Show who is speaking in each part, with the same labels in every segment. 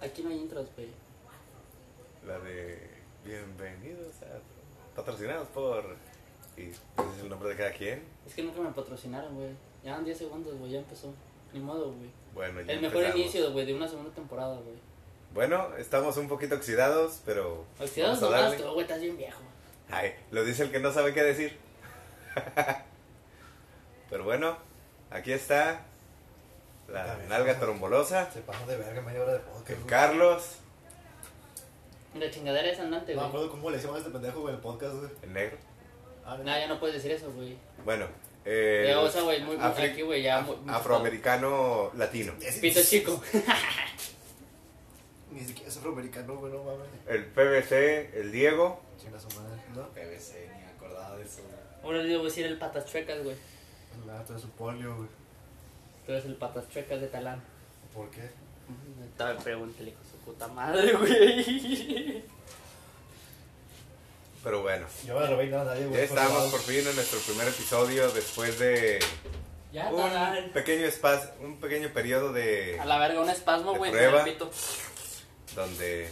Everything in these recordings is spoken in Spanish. Speaker 1: Aquí no hay intros, güey.
Speaker 2: La de Bienvenidos a. Patrocinados por. Y dices el nombre de cada quien.
Speaker 1: Es que nunca me patrocinaron, güey. Ya dan 10 segundos, güey, ya empezó. Ni modo, güey.
Speaker 2: Bueno, Pues ya
Speaker 1: El mejor
Speaker 2: empezamos.
Speaker 1: inicio, güey, de una segunda temporada, güey.
Speaker 2: Bueno, estamos un poquito oxidados, pero.
Speaker 1: Oxidados
Speaker 2: vamos a
Speaker 1: nomás
Speaker 2: darle.
Speaker 1: tú, güey, estás bien viejo.
Speaker 2: Ay, lo dice el que no sabe qué decir. pero bueno, aquí está. La
Speaker 3: Está bien.
Speaker 2: nalga trombolosa.
Speaker 3: Se pasó de verga media hora de podcast.
Speaker 2: El
Speaker 3: güey.
Speaker 2: Carlos.
Speaker 1: La chingadera es andante,
Speaker 3: No me
Speaker 1: güey. No,
Speaker 3: acuerdo cómo le decíamos a este pendejo, güey, en el podcast, güey.
Speaker 2: El negro.
Speaker 3: Ah,
Speaker 1: ya no puedes decir eso, güey.
Speaker 2: Bueno. eh,
Speaker 1: Ya, o sea, güey, muy- muy-
Speaker 2: afri-
Speaker 1: aquí, güey, ya
Speaker 2: af-
Speaker 1: muy- muy-
Speaker 2: afroamericano latino.
Speaker 3: Es-
Speaker 1: Pito chico.
Speaker 3: Ni siquiera es afroamericano, güey, no mames.
Speaker 2: El PBC, el Diego.
Speaker 3: Chinga su madre, ¿no?
Speaker 4: PVC, ni me acordaba de eso. güey.
Speaker 1: Ahora le debo decir el patas chuecas, güey.
Speaker 3: Nada, todo es un polio, güey.
Speaker 1: Tú eres el patas chuecas de Talán.
Speaker 3: ¿Por qué?
Speaker 1: Tal pregúntale con su puta madre, güey.
Speaker 2: Pero bueno.
Speaker 3: Yo no le voy a nada a nadie, güey.
Speaker 2: Ya estamos por
Speaker 3: Pero-
Speaker 2: fin en nuestro primer episodio después de
Speaker 1: Ya,
Speaker 2: un
Speaker 1: Talán.
Speaker 2: pequeño espacio, un pequeño periodo de
Speaker 1: A la verga, un espasmo,
Speaker 2: De
Speaker 1: güey. en
Speaker 2: prueba.
Speaker 1: el pito.
Speaker 2: donde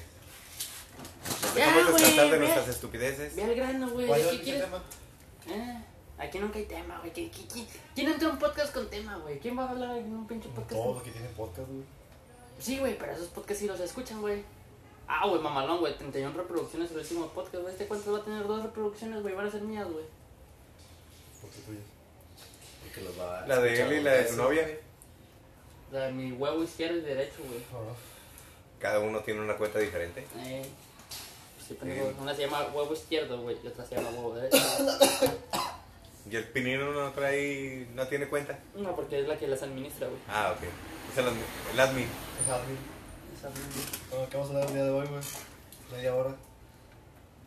Speaker 1: Ya,
Speaker 2: nos dejamos
Speaker 1: güey,
Speaker 2: descansar de
Speaker 1: ve.
Speaker 2: nuestras estupideces.
Speaker 1: Ve al grano, güey.
Speaker 3: ¿Cuál
Speaker 1: ¿De
Speaker 3: es
Speaker 1: qué
Speaker 3: el
Speaker 1: quieres?
Speaker 3: tema?
Speaker 1: Eh, aquí nunca hay tema, güey. ¿Qui- qui- qui- ¿Quién entra a un podcast con tema, güey? ¿Quién va a hablar en un pinche podcast?
Speaker 3: Todos los que tienen podcast, güey.
Speaker 1: Sí, güey, pero esos podcasts sí los escuchan, güey. Ah, güey, mamalón, güey. 31 reproducciones el último podcast, güey. Este cuánto va a tener dos reproducciones, güey. Van a ser mías, güey.
Speaker 3: Porque tú
Speaker 4: Porque los va a
Speaker 2: La de
Speaker 4: escuchar
Speaker 2: él y
Speaker 4: un
Speaker 2: la de
Speaker 4: beso.
Speaker 2: su novia.
Speaker 1: O sea, mi huevo izquierdo y derecho, güey.
Speaker 2: Cada uno tiene una cuenta diferente.
Speaker 1: Eh, sí,
Speaker 2: Bien.
Speaker 1: pero una se llama huevo izquierdo, güey. Y otra se llama huevo derecho.
Speaker 2: Y el pinino no trae, no tiene cuenta.
Speaker 1: No, porque es la que las administra, güey.
Speaker 2: Ah, ok. Es el, admi- el admin.
Speaker 3: Es Harvey.
Speaker 1: Esa, güey.
Speaker 3: Bueno, ¿qué vamos a hablar el día de hoy, güey? Media hora.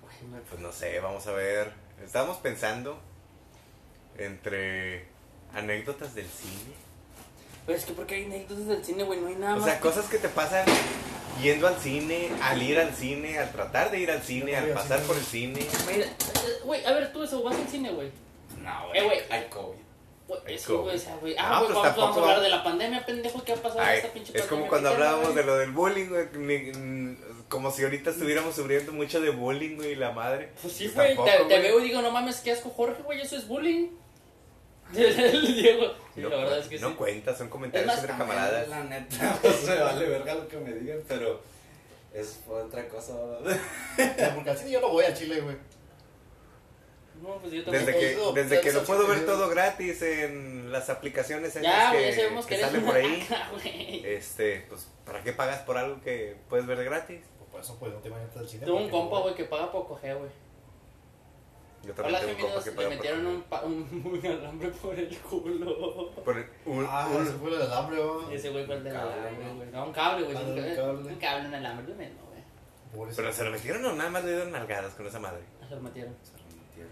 Speaker 1: Güey, me-
Speaker 2: Pues no sé, vamos a ver. Estábamos pensando entre anécdotas del cine.
Speaker 1: Pero es que porque hay anécdotas del cine, güey. No hay nada
Speaker 2: O
Speaker 1: más.
Speaker 2: sea, cosas que te pasan yendo al cine, al ir al cine, al tratar de ir al cine,
Speaker 3: Yo no
Speaker 2: al
Speaker 3: voy al
Speaker 2: pasar
Speaker 3: cine.
Speaker 2: por el cine.
Speaker 1: Mira, eh, Güey, a ver, tú eso, vas al cine, güey.
Speaker 4: No,
Speaker 1: Eh, güey.
Speaker 4: güey. Hay COVID.
Speaker 1: Güey,
Speaker 2: Ay,
Speaker 1: Pues, Sí,
Speaker 2: ¿cómo?
Speaker 1: güey, o sea, güey.
Speaker 2: No,
Speaker 1: Ah, güey,
Speaker 2: pues
Speaker 1: vamos, vamos a
Speaker 2: tampoco.
Speaker 1: hablar de la pandemia, pendejo, ¿qué ha pasado en
Speaker 2: Ay,
Speaker 1: esta pinche
Speaker 2: es como
Speaker 1: pandemia
Speaker 2: cuando
Speaker 1: mexicana,
Speaker 2: hablábamos de
Speaker 1: güey?
Speaker 2: lo del bullying, güey. ni- n- Como si ahorita estuviéramos sufriendo mucho de bullying, güey, y la madre.
Speaker 1: Pues sí,
Speaker 2: Yo
Speaker 1: güey,
Speaker 2: tampoco,
Speaker 1: te, te
Speaker 2: güey.
Speaker 1: veo y digo, no mames, qué asco, Jorge, güey, eso es bullying. El Diego. Sí,
Speaker 2: No,
Speaker 1: la verdad
Speaker 2: cu-
Speaker 1: es que
Speaker 2: no
Speaker 1: sí.
Speaker 2: cuenta, son comentarios
Speaker 1: Es más,
Speaker 2: entre camaradas.
Speaker 4: La neta, no se vale verga lo que me digan, pero es otra cosa.
Speaker 3: Ya, Porque al cine yo no voy a Chile, güey.
Speaker 1: No, pues yo tampoco.
Speaker 2: Desde que,
Speaker 3: Eso,
Speaker 2: desde que
Speaker 3: eso
Speaker 2: no puedo
Speaker 3: sí,
Speaker 2: ver
Speaker 3: güey.
Speaker 2: todo gratis en las aplicaciones esas
Speaker 1: Ya, güey, ya
Speaker 2: que,
Speaker 1: sabemos que,
Speaker 2: que
Speaker 1: eres
Speaker 2: salen
Speaker 1: una
Speaker 2: por ahí.
Speaker 1: caca, güey.
Speaker 2: Este, pues, ¿para qué pagas por algo que puedes ver de gratis?
Speaker 3: Pues Por eso, pues, no te imaginas al cine.
Speaker 1: Tengo un
Speaker 3: porque-
Speaker 1: compa, güey, que paga por coger, güey.
Speaker 2: Yo también
Speaker 1: Hola,
Speaker 2: tengo un compa
Speaker 1: gemidos,
Speaker 2: que
Speaker 1: le
Speaker 2: paga por-
Speaker 1: metieron un, pa- un, un alambre por el culo.
Speaker 2: por un-
Speaker 3: Ah,
Speaker 2: un-
Speaker 3: ese fue lo del hambre,
Speaker 1: Y
Speaker 3: güey.
Speaker 1: ese güey con el
Speaker 4: cable,
Speaker 1: alambre,
Speaker 4: ¿no?
Speaker 1: güey. No, un cable, güey.
Speaker 3: Ah,
Speaker 1: Un
Speaker 3: un
Speaker 1: cable,
Speaker 3: cable.
Speaker 1: un cable, un alambre, lo mismo, güey.
Speaker 3: Por eso.
Speaker 2: Pero se lo metieron o nada más le dieron nalgadas con esa madre.
Speaker 1: Se lo metieron.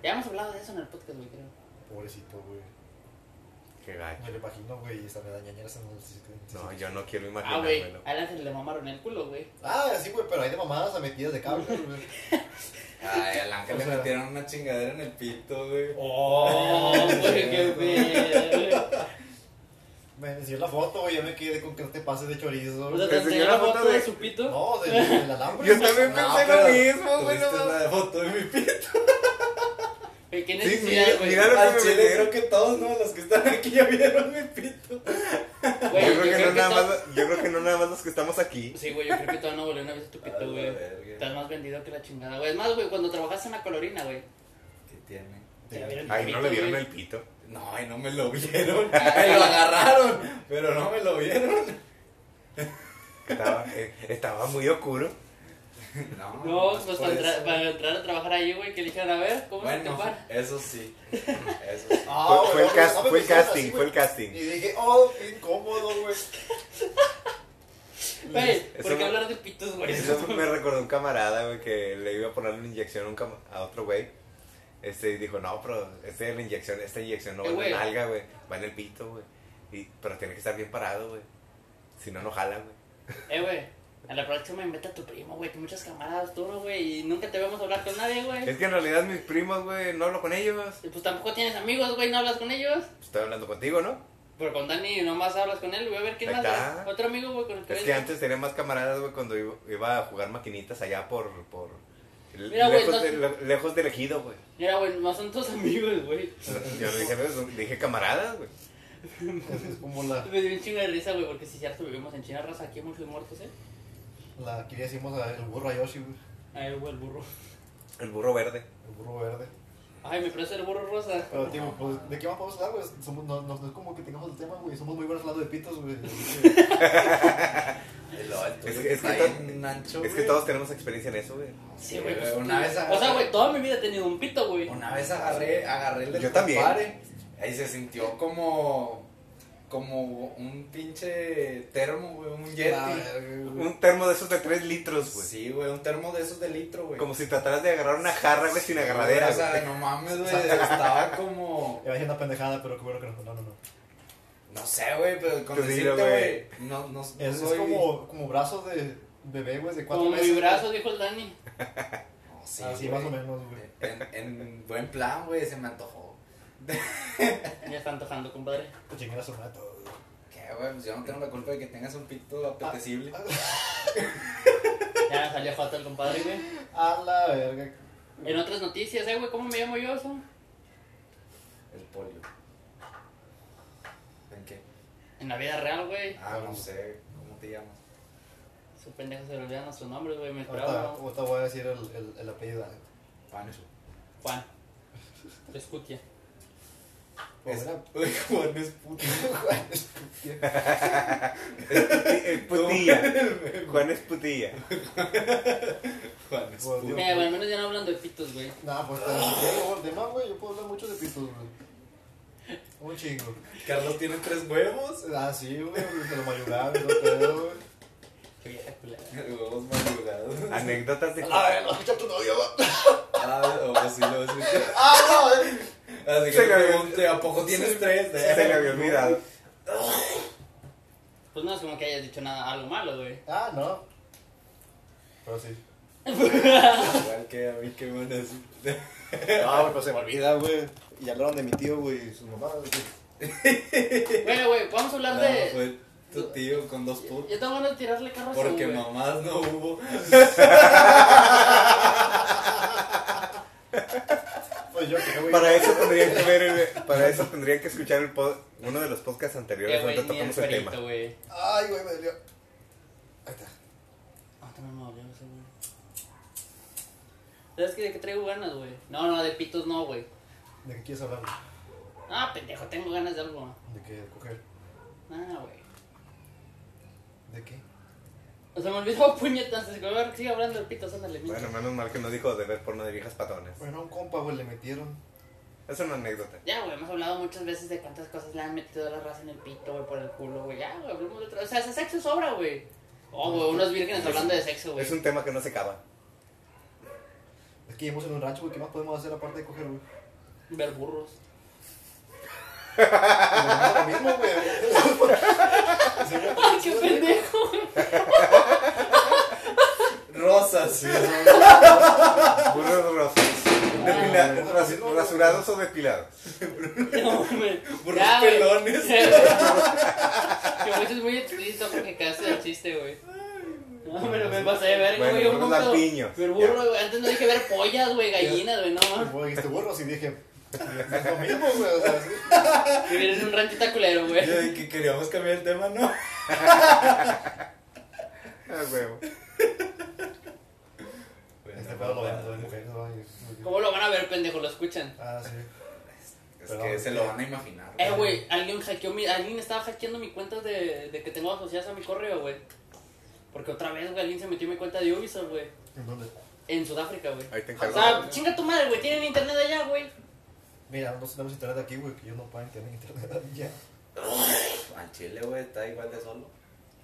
Speaker 1: Ya hemos hablado de eso en el podcast, güey, creo.
Speaker 3: Pobrecito, güey.
Speaker 2: Qué gacho.
Speaker 3: Me lo imagino, güey, y esta dañañeras en el
Speaker 2: No, yo no quiero
Speaker 1: Ah, güey,
Speaker 2: imaginármelo.
Speaker 1: al ángel le mamaron el culo, güey.
Speaker 3: Ah, sí, güey, pero hay de mamadas a metidas de cable, güey.
Speaker 4: Ay, al ángel
Speaker 3: O
Speaker 4: le
Speaker 3: sea-
Speaker 4: metieron una chingadera en el pito, güey.
Speaker 1: Oh, güey, qué pedo. güey.
Speaker 3: Me enseñó la foto, güey, yo me quedé con que no te pases de chorizo.
Speaker 1: O sea,
Speaker 3: güey.
Speaker 1: te
Speaker 2: Te enseñó
Speaker 1: enseñó la
Speaker 2: la
Speaker 1: foto
Speaker 2: foto
Speaker 1: de
Speaker 2: de-
Speaker 1: su pito.
Speaker 3: No, del, del alambre.
Speaker 2: Yo
Speaker 3: güey.
Speaker 2: también
Speaker 4: No,
Speaker 2: pensé lo
Speaker 4: pero
Speaker 2: mismo, güey.
Speaker 4: tuviste
Speaker 2: no mames.
Speaker 4: la de foto de mi pito.
Speaker 1: Güey, ¿Qué
Speaker 2: Sí,
Speaker 1: necesidad,
Speaker 2: mira,
Speaker 1: güey?
Speaker 2: mira lo-
Speaker 4: Al
Speaker 2: que me
Speaker 4: chile
Speaker 2: metieron.
Speaker 4: creo que todos, ¿no? Los que están aquí ya vieron mi pito.
Speaker 1: Güey,
Speaker 2: yo, creo que no nada
Speaker 1: todos-
Speaker 2: más, yo creo que no nada más los que estamos aquí.
Speaker 1: Sí, güey, yo creo que todavía no volvió una vez a tu
Speaker 4: A
Speaker 1: pito,
Speaker 4: la
Speaker 2: Ah,
Speaker 1: güey.
Speaker 4: verga.
Speaker 1: Estás más vendido que la chingada, güey. Es más, güey, cuando trabajaste en la colorina, güey.
Speaker 4: ¿Qué tiene?
Speaker 3: Te
Speaker 1: Te vieron.
Speaker 2: Ay, no le vieron
Speaker 1: güey.
Speaker 2: el pito.
Speaker 4: No, ay, no me lo vieron. Ay, lo agarraron, pero no me lo vieron.
Speaker 2: Estaba, eh, estaba muy oscuro.
Speaker 4: No,
Speaker 1: No,
Speaker 4: nomás
Speaker 1: pues
Speaker 4: por
Speaker 1: para, entrar-
Speaker 4: eso.
Speaker 1: para entrar a trabajar ahí, güey, que le dijeron, a ver, ¿cómo se te
Speaker 4: Bueno,
Speaker 1: van?
Speaker 4: eso sí. Eso sí.
Speaker 3: Ah,
Speaker 2: fue, fue el
Speaker 3: güey,
Speaker 2: cast-
Speaker 3: no me
Speaker 2: fue el
Speaker 3: pensaron
Speaker 2: casting,
Speaker 3: así,
Speaker 2: fue el
Speaker 3: güey.
Speaker 2: casting.
Speaker 3: Y dije, oh, qué incómodo, güey.
Speaker 1: Güey, ¿por
Speaker 2: eso
Speaker 1: qué
Speaker 2: no-
Speaker 1: hablar de pitos, güey?
Speaker 2: Eso me recordó un camarada, güey, que le iba a poner una inyección a, un cama- a otro güey. Este, y dijo, no, pero este, la inyección, esta inyección no va
Speaker 1: Eh,
Speaker 2: en la
Speaker 1: güey.
Speaker 2: nalga, güey. Va en el pito, güey. Y- Pero tiene que estar bien parado, güey. Si no, no jala, güey.
Speaker 1: Eh, güey, a la próxima invita a tu primo, güey, que muchas camaradas tú, ¿no, güey, y nunca te vemos hablar con nadie, güey.
Speaker 2: Es que en realidad mis primos, güey, no hablo con ellos.
Speaker 1: Y Pues tampoco tienes amigos, güey, no hablas con ellos.
Speaker 2: Estoy hablando contigo, ¿no?
Speaker 1: Pero con Dani nomás hablas con él, voy a ver quién
Speaker 2: Ahí
Speaker 1: más.
Speaker 2: está.
Speaker 1: era. Otro amigo, güey, con el que
Speaker 2: Es que
Speaker 1: ves.
Speaker 2: antes tenía más camaradas, güey, cuando iba, iba a jugar maquinitas allá por. por
Speaker 1: Mira, güey,
Speaker 2: lejos,
Speaker 1: no-
Speaker 2: de, le- lejos del ejido, güey.
Speaker 1: Mira, güey, no son tus amigos, güey.
Speaker 2: Yo no dije, amigos, dije camaradas, güey.
Speaker 3: Es como la,
Speaker 1: Me dio un chingo de risa, güey, porque si cierto vivimos en China, raza, aquí hay muchos muertos, ¿eh?
Speaker 3: la que le decimos al burro a Yoshi, güey.
Speaker 1: Ay, güey, el burro.
Speaker 2: El burro verde.
Speaker 3: El burro verde.
Speaker 1: Ay, me parece el burro rosa.
Speaker 3: Pero, tío, pues, ¿de qué más podemos hablar, güey? Somos, no, no, no es como que tengamos el tema, güey. Somos muy buenos hablando de pitos, güey.
Speaker 4: El alto.
Speaker 2: Es que- es que
Speaker 4: está
Speaker 2: to-
Speaker 4: bien ancho,
Speaker 2: Es que
Speaker 4: güey.
Speaker 2: todos tenemos experiencia en eso, güey.
Speaker 1: Sí, güey, pues,
Speaker 4: Una vez
Speaker 1: O sea, güey, toda mi vida he tenido un pito, güey.
Speaker 4: Una vez agarré, agarré el del
Speaker 2: Yo también.
Speaker 4: compadre, Ahí se sintió como como un pinche termo, güey, un yeti.
Speaker 3: Ah,
Speaker 4: Pues
Speaker 2: Un termo de esos de 3 litros, güey.
Speaker 4: sí, güey, un termo de esos de litro, güey.
Speaker 2: Como si trataras de agarrar una jarra, güey, sin agarradera,
Speaker 4: O sea,
Speaker 2: güey.
Speaker 4: no mames, güey, estaba como
Speaker 3: Iba a decir una pendejada, pero qué bueno que no. No, no, no.
Speaker 4: no sé, güey, pero con
Speaker 2: Tú dilo,
Speaker 4: decirte, güey, no no no
Speaker 3: Es, es
Speaker 4: soy-
Speaker 3: como, como brazos de bebé, güey, de cuatro
Speaker 1: Como
Speaker 3: meses.
Speaker 1: mi brazo, dijo el Dani.
Speaker 4: No, sí,
Speaker 3: Así,
Speaker 4: güey.
Speaker 3: más o menos, güey.
Speaker 4: En, en buen plan, güey, se me antojó.
Speaker 1: Ya está antojando, compadre.
Speaker 3: Te chingan Pues a su madre todo, güey.
Speaker 4: Que, güey, pues yo no tengo la culpa de que tengas un pito apetecible.
Speaker 1: Ya salió foto el compadre, güey.
Speaker 3: A la verga.
Speaker 1: En otras noticias, eh, güey, ¿cómo me llamo yo eso?
Speaker 4: El polio. ¿En qué?
Speaker 1: En la vida real, güey.
Speaker 4: Ah, no sé, ¿cómo te llamas?
Speaker 1: Esos pendejos se le olvidan a su nombre, güey. Me
Speaker 3: Ahorita,
Speaker 1: esperaba ¿no?
Speaker 3: ahorita voy a decir el, el, el apellido. güey.
Speaker 4: Pancho.
Speaker 1: Juan. Escutia.
Speaker 3: Pues,
Speaker 4: Es-
Speaker 3: era-
Speaker 4: Uy, Juan es puto. Juan es
Speaker 2: Es putilla. Juan es putilla.
Speaker 4: Juan es
Speaker 3: Pues,
Speaker 4: puto.
Speaker 3: digo,
Speaker 1: Eh, güey, al menos ya no hablan de pitos, güey.
Speaker 3: Nah, pues, el tema, güey, yo puedo hablar mucho de pitos, güey. Un chingo.
Speaker 4: Carlos tiene tres huevos.
Speaker 3: Ah, sí, güey, se lo mayuraba, no pedo, güey.
Speaker 1: Qué vieja culera.
Speaker 4: Huevos madrugados.
Speaker 2: Anécdotas de.
Speaker 3: verga, escucha tu novio, güey.
Speaker 4: Ah, o sí lo escuché.
Speaker 3: Ah, no, güey.
Speaker 4: Así que
Speaker 2: Se
Speaker 4: le
Speaker 2: le-
Speaker 4: pregunté, ¿a poco tienes tres?
Speaker 2: Se le había olvidado.
Speaker 1: Pues no es como que hayas dicho nada, algo malo, güey.
Speaker 3: Ah, no. Pero sí.
Speaker 4: Igual que a mí, qué bueno es.
Speaker 3: Ah, güey, pero se me olvida, güey. Y hablaron de mi tío, güey, y su mamá, güey.
Speaker 1: Güey, güey, vamos a hablar
Speaker 4: No,
Speaker 1: de.
Speaker 4: Ah, fue tu tío con dos putos.
Speaker 1: Yo tengo ganas de tirarle carro a su,
Speaker 4: Porque
Speaker 1: güey.
Speaker 4: mamás no hubo.
Speaker 3: Pues yo qué, güey.
Speaker 2: Para eso tendrían que ver, el- para eso tendrían que escuchar el pod- uno de los podcasts anteriores
Speaker 1: Eh, güey,
Speaker 2: donde
Speaker 1: ni el
Speaker 2: tocamos el tema.
Speaker 1: perito, güey.
Speaker 3: Ay, güey, me dolió.
Speaker 1: Ah, también me dolió ese, güey. ¿Sabes qué? ¿De qué traigo ganas, güey? No, no, de pitos no, güey.
Speaker 3: ¿De qué quieres hablar, güey?
Speaker 1: Ah, pendejo, tengo ganas de algo.
Speaker 3: ¿De qué? ¿De coger?
Speaker 1: Ah, güey.
Speaker 3: ¿De qué?
Speaker 1: O sea, me olvidó puñetas. es que, A ver, sigue hablando de pitos, ándale, mientras.
Speaker 2: Bueno, menos mal que no dijo de ver porno de viejas patones.
Speaker 3: Bueno, a un compa, güey, le metieron.
Speaker 2: Es una anécdota.
Speaker 1: Ya, güey, hemos hablado muchas veces de cuántas cosas le han metido a la raza en el pito, güey, por el culo, güey. Ya, güey, hablemos de otra. O sea, ese sexo sobra, güey. Oh, güey, unos vírgenes hablando de sexo, güey.
Speaker 2: Es un tema que no se acaba.
Speaker 3: Es que íbamos en un rancho, güey, ¿qué más podemos hacer aparte de coger, güey?
Speaker 1: Ver burros.
Speaker 3: Lo mismo, güey. Sí, güey.
Speaker 1: ¡Ay, qué pendejo!
Speaker 4: Rosas.
Speaker 2: Burros rosas. Depila- ras- rasurados o depilados.
Speaker 1: No, güey.
Speaker 4: Burros
Speaker 1: Ya, güey.
Speaker 4: pelones.
Speaker 1: Sí, güey. Que mucho es muy explícito porque casi el chiste, güey. No, pero me pasé de verga,
Speaker 2: Bueno,
Speaker 1: güey. yo
Speaker 2: burros
Speaker 1: nunca-
Speaker 2: lampiños.
Speaker 1: Ver burro, güey. Antes no dije ver pollas, güey, gallinas, güey, no.
Speaker 3: Güey, este burro, sí dije. Es lo mismo, güey, o sea, sí.
Speaker 1: Vivir en un ranchita culero, güey.
Speaker 4: Yo de que queríamos cambiar el tema, ¿no?
Speaker 2: Ah, huevo.
Speaker 3: Este pedo lo ven, lo ven mujeres, güey.
Speaker 1: ¿Cómo lo van a ver, pendejo? Lo escuchan.
Speaker 3: Ah, sí.
Speaker 4: Es que se lo van a imaginar.
Speaker 1: Eh, güey, alguien hackeó mi, alguien estaba hackeando mi cuenta de, de que tengo asociadas a mi correo, güey. Porque otra vez, güey, alguien se metió en mi cuenta de Ubisoft, güey.
Speaker 3: ¿En dónde?
Speaker 1: En Sudáfrica, güey.
Speaker 2: Ahí te
Speaker 1: O
Speaker 2: encargo.
Speaker 1: sea, chinga tu madre, güey, tienen internet allá, güey.
Speaker 3: Mira, no tenemos internet aquí, güey, que yo no puedo tener internet ya.
Speaker 4: Al chile, güey, está igual de solo.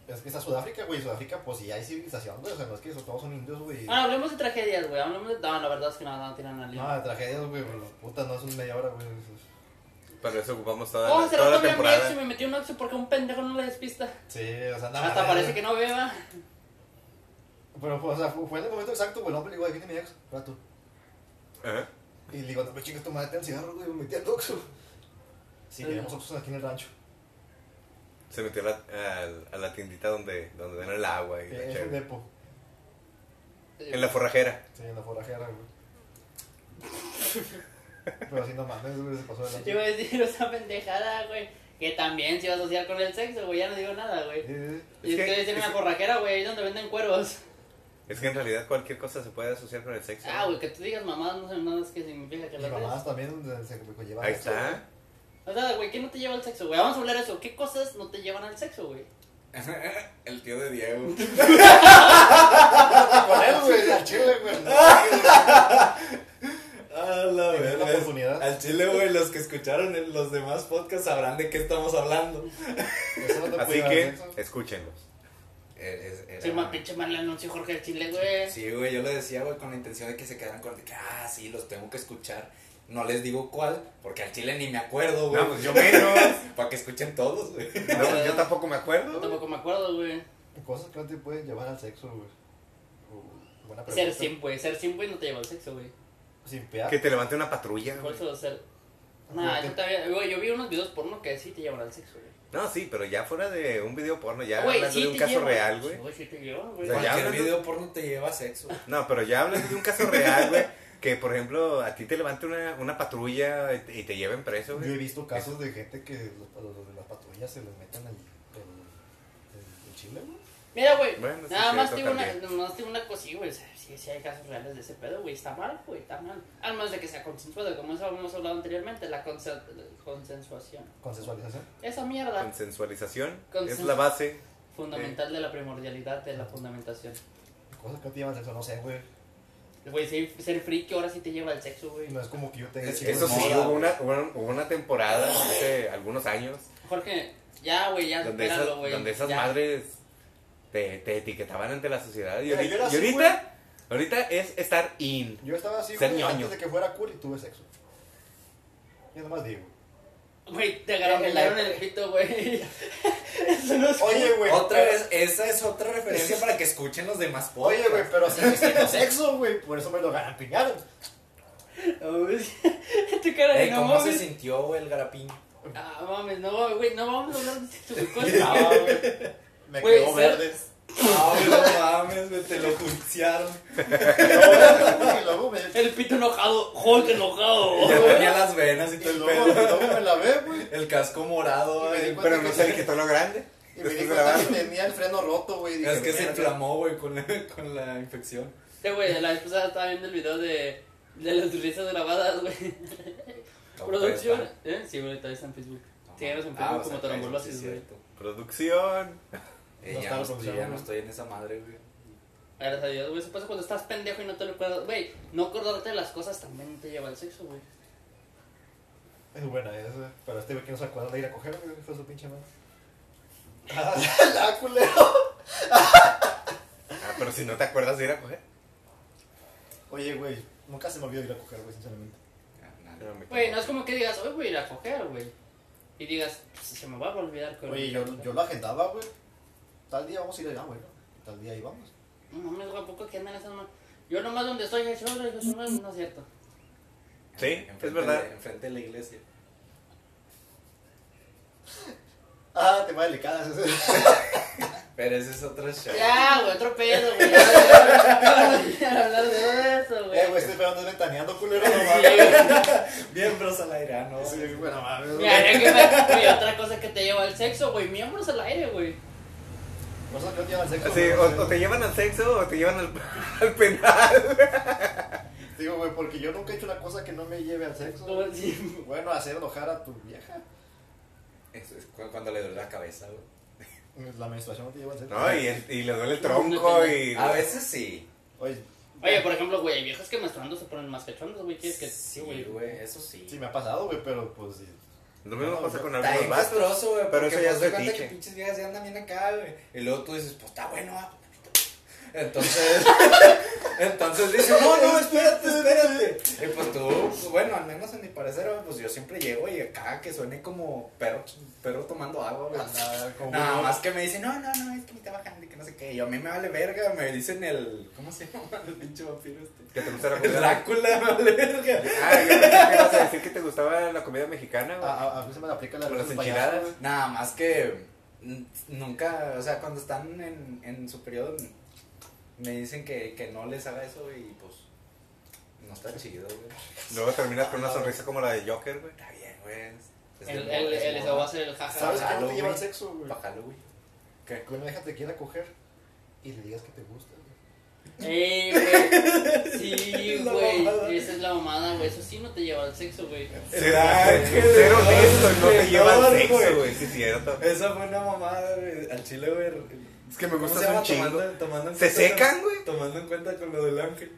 Speaker 3: Es que está Sudáfrica, güey, Sudáfrica, pues sí hay civilización, güey, o sea, no es que eso, todos son indios, güey.
Speaker 1: Ahora Ah, hablemos de tragedias, güey. Hablemos de. No, la verdad es que no, no tienen
Speaker 3: No,
Speaker 1: nada.
Speaker 3: de tragedias, güey, pero puta, no son media hora, güey. eso es-
Speaker 2: Para eso ocupamos toda,
Speaker 1: Oh,
Speaker 2: la,
Speaker 1: hace
Speaker 2: toda
Speaker 1: rato
Speaker 2: la
Speaker 1: vi a mi ex y
Speaker 2: temporada.
Speaker 1: me metió un oxo porque un pendejo no la despista.
Speaker 3: Sí, o sea, nada
Speaker 1: Hasta parece que no beba.
Speaker 3: Pero, pues, o sea, fue fue en el momento exacto, güey, el hombre le digo, ahí viene mi ex, rato.
Speaker 2: Ajá.
Speaker 3: Y le digo, no me chingas tu madre, ten cigarro, güey, me metí al Oxxo. Sí,
Speaker 1: Eh.
Speaker 3: tenemos Oxxos aquí en el rancho.
Speaker 2: se metió a la, al- a la tiendita donde, donde dan el agua y la
Speaker 3: Eh, Es un
Speaker 2: cheve.
Speaker 3: depo.
Speaker 2: En la forrajera.
Speaker 3: Sí, en la forrajera, güey. Pero así no mames, güey, se pasó de
Speaker 1: Yo iba
Speaker 3: la.
Speaker 1: a decir esa pendejada, güey. Que también se iba a asociar con el sexo, güey. Ya no digo nada, güey. Y
Speaker 2: Es que-
Speaker 1: ustedes tienen
Speaker 2: es-
Speaker 1: la forrajera, güey, ahí donde venden cueros.
Speaker 2: Es que en realidad cualquier cosa se puede asociar con el sexo.
Speaker 1: Ah, güey, que tú digas mamadas no sé nada es que significa que
Speaker 3: Y
Speaker 1: la
Speaker 3: mamás
Speaker 1: ves.
Speaker 3: también eh, se me conlleva
Speaker 2: Ahí
Speaker 3: eso, güey.
Speaker 2: está.
Speaker 1: O sea, güey, ¿qué no te lleva al sexo, güey? Vamos a hablar de eso. ¿Qué cosas no te llevan al sexo, güey?
Speaker 4: El tío de Diego.
Speaker 3: Ah, Con él, güey, la chile, güey.
Speaker 4: Ah, la
Speaker 3: Tienes la
Speaker 4: verga.
Speaker 3: oportunidad.
Speaker 4: Al chile, güey, los que escucharon el- los demás podcasts sabrán de qué estamos hablando.
Speaker 3: Eso no te
Speaker 2: Así
Speaker 3: puede
Speaker 2: que
Speaker 3: hacer, ¿sabes?
Speaker 2: escúchenlos.
Speaker 4: Eh, Es- es- era-
Speaker 1: Se más pinche mal le anunció Jorge al Chile, güey.
Speaker 4: Sí, güey, yo lo decía, güey, con la intención de que se quedaran con de que, ah, sí, los tengo que escuchar. No les digo cuál, porque al chile ni me acuerdo, güey.
Speaker 2: No, pues yo menos.
Speaker 4: Para que escuchen todos, güey.
Speaker 2: No, pues yo tampoco me
Speaker 1: Yo
Speaker 2: acuerdo.
Speaker 1: tampoco me acuerdo, güey.
Speaker 3: Cosas que no te pueden llevar al sexo, güey. Uh, Buena pregunta.
Speaker 1: Ser simp, güey. Ser simp, güey, no te lleva al sexo, güey.
Speaker 3: Sin pear.
Speaker 2: Que te levante una patrulla. güey.
Speaker 1: ¿Cuál solo ser? Nah, eso todavía. Güey, yo vi unos videos porno que sí te llevan al sexo, güey.
Speaker 2: No, sí, pero ya fuera de un video porno, ya
Speaker 1: Güey,
Speaker 2: hablando
Speaker 1: sí
Speaker 2: de un
Speaker 1: te
Speaker 2: caso
Speaker 1: llevan.
Speaker 2: real, güey.
Speaker 1: Sí, te llevan,
Speaker 2: O
Speaker 1: güey.
Speaker 2: sea, ya
Speaker 4: Cualquier
Speaker 2: hablando-
Speaker 4: video porno te lleva a sexo.
Speaker 2: No, pero ya hablando de un caso real, güey. Que por ejemplo, a ti te levante una, una patrulla y te- y te lleven preso,
Speaker 3: Yo he
Speaker 2: güey.
Speaker 3: visto casos de gente que los- a los de las patrullas se les meten el, el- el- el chile, güey.
Speaker 1: Mira, güey.
Speaker 2: Bueno, sí,
Speaker 1: nada más
Speaker 2: cierto,
Speaker 1: digo, una,
Speaker 2: también.
Speaker 1: nomás digo una cosilla, güey. O sea, sí, sí hay casos reales de ese pedo, güey. Está mal, güey. Está mal. Al menos de que sea consensuado, como eso hemos hablado anteriormente, la consen- consensuación.
Speaker 3: Con sexualización.
Speaker 1: Esa mierda.
Speaker 2: Consensualización es
Speaker 1: Consen-
Speaker 2: la base.
Speaker 1: Fundamental de la primordialidad de la fundamentación.
Speaker 3: Cosas que no te llevan al sexo, no sé, güey.
Speaker 1: Güey, ser, ser friki ahora sí te lleva al sexo, güey.
Speaker 3: No es como que yo tenga
Speaker 4: Es-
Speaker 3: chile.
Speaker 2: Eso sí,
Speaker 4: moda,
Speaker 2: hubo
Speaker 4: güey.
Speaker 2: una, hubo un- hubo una temporada hace algunos años
Speaker 1: Jorge, ya, güey, ya,
Speaker 2: donde esas,
Speaker 1: espéralo, güey.
Speaker 2: donde esas
Speaker 1: ya.
Speaker 2: madres te, te etiquetaban ante la sociedad. Y
Speaker 3: Mira,
Speaker 2: ahorita,
Speaker 3: yo era
Speaker 2: y
Speaker 3: así,
Speaker 2: ahorita, ahorita es estar in.
Speaker 3: Yo estaba así,
Speaker 2: Ser
Speaker 3: güey,
Speaker 2: ñoño.
Speaker 3: antes de que fuera cool y tuve sexo. Yo nomás digo.
Speaker 1: Güey, te agarraron el pito, güey. Eso no es.
Speaker 3: Oye, güey.
Speaker 4: otra
Speaker 3: pero-
Speaker 4: vez, esa es otra referencia para que escuchen los demás podcasts.
Speaker 3: Oye, güey, pero si tengo sexo, güey. Por eso me lo garantiñaron.
Speaker 1: No, güey. tu cara de
Speaker 4: Ey,
Speaker 2: Eh,
Speaker 1: no
Speaker 4: ¿Cómo se
Speaker 1: mames.
Speaker 4: sintió güey, el garapín?
Speaker 1: Ah, mames, no, güey, no vamos a hablar de tu cosa.
Speaker 3: güey. Me
Speaker 1: Güey,
Speaker 3: quedó
Speaker 1: ser-
Speaker 3: verde.
Speaker 4: No, güey, no mames, güey, te lo juiciaron.
Speaker 3: Y luego me. y
Speaker 1: El pito enojado, Hulk enojado.
Speaker 4: Ya tenía las venas y todo el
Speaker 3: luego-
Speaker 4: pelo.
Speaker 3: y luego me la ve, güey.
Speaker 4: El casco morado,
Speaker 3: Y me
Speaker 4: güey.
Speaker 3: di
Speaker 2: Pero no se etiquetó lo grande.
Speaker 3: Y me
Speaker 2: Después
Speaker 3: dijo
Speaker 2: de la
Speaker 3: que tenía el freno roto, güey. Dije,
Speaker 4: Es que se
Speaker 3: "Mierda".
Speaker 4: inflamó, güey, con la, con la infección.
Speaker 1: Este, güey, la vez pasada estaba viendo el video de, de las risas grabadas, güey. Producción. ¿Eh? Sí, güey, todavía está en Facebook. Síguenos en Facebook
Speaker 4: Ah, o sea,
Speaker 1: como
Speaker 4: en
Speaker 1: Tarambolosis,
Speaker 4: Facebook, sí,
Speaker 1: güey.
Speaker 4: cierto.
Speaker 2: Producción.
Speaker 3: No
Speaker 4: Eh, ya,
Speaker 3: está
Speaker 4: no
Speaker 3: la
Speaker 4: estoy,
Speaker 3: producción,
Speaker 4: ya no
Speaker 3: ¿no?
Speaker 4: estoy en esa madre, güey.
Speaker 1: Gracias a Dios, güey. Eso pasa cuando estás pendejo y no te lo acuerdas. Güey, no acordarte de las cosas también te lleva al sexo, güey.
Speaker 3: Es buena esa. Pero este güey que no se acuerda de ir a coger, güey. Fue su pinche madre. Ah, la culero.
Speaker 2: Ah, pero si no te acuerdas de ir a coger.
Speaker 3: Oye, güey. Nunca se me olvidó ir a coger, güey, sinceramente.
Speaker 4: Ah,
Speaker 2: No,
Speaker 4: nada.
Speaker 2: me
Speaker 1: Güey, no es como que digas, hoy voy a ir a coger, güey. Y digas, "Pues, se me va a olvidar que
Speaker 3: Oye, yo, yo lo agendaba, güey. Tal día vamos a ir allá, güey. ¿no? Tal día íbamos.
Speaker 1: No mames, güey, ¿a poco que andan esas manos? Yo nomás donde estoy, yo solo, yo solo, no es cierto.
Speaker 2: Sí, es
Speaker 4: Enfrente
Speaker 2: verdad.
Speaker 4: de- enfrente de la iglesia.
Speaker 3: Ah, tema delicada. ese es el-
Speaker 4: Pero ese es otro show.
Speaker 1: Ya, güey, otro pedo, güey. Ya, ya, ya, ya, hablar de eso, güey.
Speaker 3: Eh, güey, este pedo anda ventaneando, culero. No
Speaker 1: Sí,
Speaker 3: mames.
Speaker 4: Bien, bros al aire, ah, ¿no?
Speaker 3: Sí, güey, no mames.
Speaker 1: Mira, ya
Speaker 3: güey.
Speaker 1: que me- güey, otra cosa que te lleva al sexo, güey, miembros al aire, güey.
Speaker 3: Por eso no llevan sexo.
Speaker 2: Sí,
Speaker 3: güey,
Speaker 2: o,
Speaker 3: güey.
Speaker 2: o te llevan al sexo o te llevan al, al penal.
Speaker 3: Digo, güey, porque yo nunca he hecho una cosa que no me lleve al sexo.
Speaker 1: Como si-
Speaker 3: Bueno, hacer enojar a tu vieja.
Speaker 4: Eso es cu- cuando le duele la cabeza, güey.
Speaker 3: La menstruación no te lleva al sexo.
Speaker 2: No, y, el- y le duele el tronco y...
Speaker 4: A veces sí.
Speaker 3: Oye,
Speaker 1: Oye, por ejemplo, güey, hay viejas que menstruando se ponen más cachondos, güey. ¿Quieres que
Speaker 4: Sí, güey, eso sí.
Speaker 3: sí me ha pasado, güey, pero pues sí.
Speaker 2: Lo mismo pasa con
Speaker 4: Está
Speaker 2: algunos
Speaker 4: bien
Speaker 2: vatos.
Speaker 4: castroso, güey.
Speaker 2: pero
Speaker 4: porque,
Speaker 2: eso ya
Speaker 4: pues,
Speaker 2: es
Speaker 4: te cuenta
Speaker 2: fetiche.
Speaker 4: que pinches viejas ya andan bien acá, güey. Y luego tú dices, pues está bueno, ah. Entonces, entonces dices, no, no, espérate, espérate. Y pues tú, pues, bueno, al menos en mi parecer, güey, pues yo siempre llego y acá que suene como perro, perro tomando agua, güey.
Speaker 3: Nada, como
Speaker 4: Nada
Speaker 3: no.
Speaker 4: más que me dicen, no, no, no, es que me está bajando y que no sé qué. Y yo a mí me vale verga, me dicen el. ¿Cómo se llama el pinche vampiro este?
Speaker 2: Que te gusta la
Speaker 4: El
Speaker 2: comida.
Speaker 4: Drácula, me vale verga.
Speaker 2: Ah, yo pensé que ibas a decir que te gustaba la comida mexicana,
Speaker 1: Ah.
Speaker 3: A,
Speaker 2: güey.
Speaker 3: a, a mí se me la aplica la
Speaker 2: Con
Speaker 3: de
Speaker 2: las
Speaker 3: los payasos,
Speaker 2: enchiladas.
Speaker 3: güey.
Speaker 4: Nada más que n- nunca, o sea, cuando están en, en su periodo, n- me dicen que, que no les haga eso y pues no está chido, güey.
Speaker 2: Luego terminas con una sonrisa como la de Joker, güey.
Speaker 4: Está bien, güey. es- es
Speaker 1: El,
Speaker 4: de
Speaker 1: el,
Speaker 4: morra, es
Speaker 1: el, eso
Speaker 4: morra.
Speaker 1: va a ser el jaja.
Speaker 3: ¿Sabes que no
Speaker 4: Halloween.
Speaker 3: te lleva al sexo, güey?
Speaker 4: Bájalo, güey. ¿Qué?
Speaker 3: Que una vieja te quiera coger y le digas que te gusta, güey.
Speaker 1: Ey, güey. Sí,
Speaker 3: La mamada.
Speaker 1: güey. Esa es la mamada, güey. Eso sí no te lleva al sexo, güey.
Speaker 2: Ser ser honesto no te lleva al sexo, güey. Sí, es cierto.
Speaker 4: Esa fue una mamada, güey. Al chile, güey.
Speaker 2: Es que me
Speaker 4: ¿Cómo se
Speaker 2: gustas
Speaker 4: llama?
Speaker 2: un chingo.
Speaker 4: Tomando, tomando en
Speaker 2: ¿Se
Speaker 4: cuenta-
Speaker 2: secan, güey?
Speaker 4: Tomando en cuenta con lo del ángel.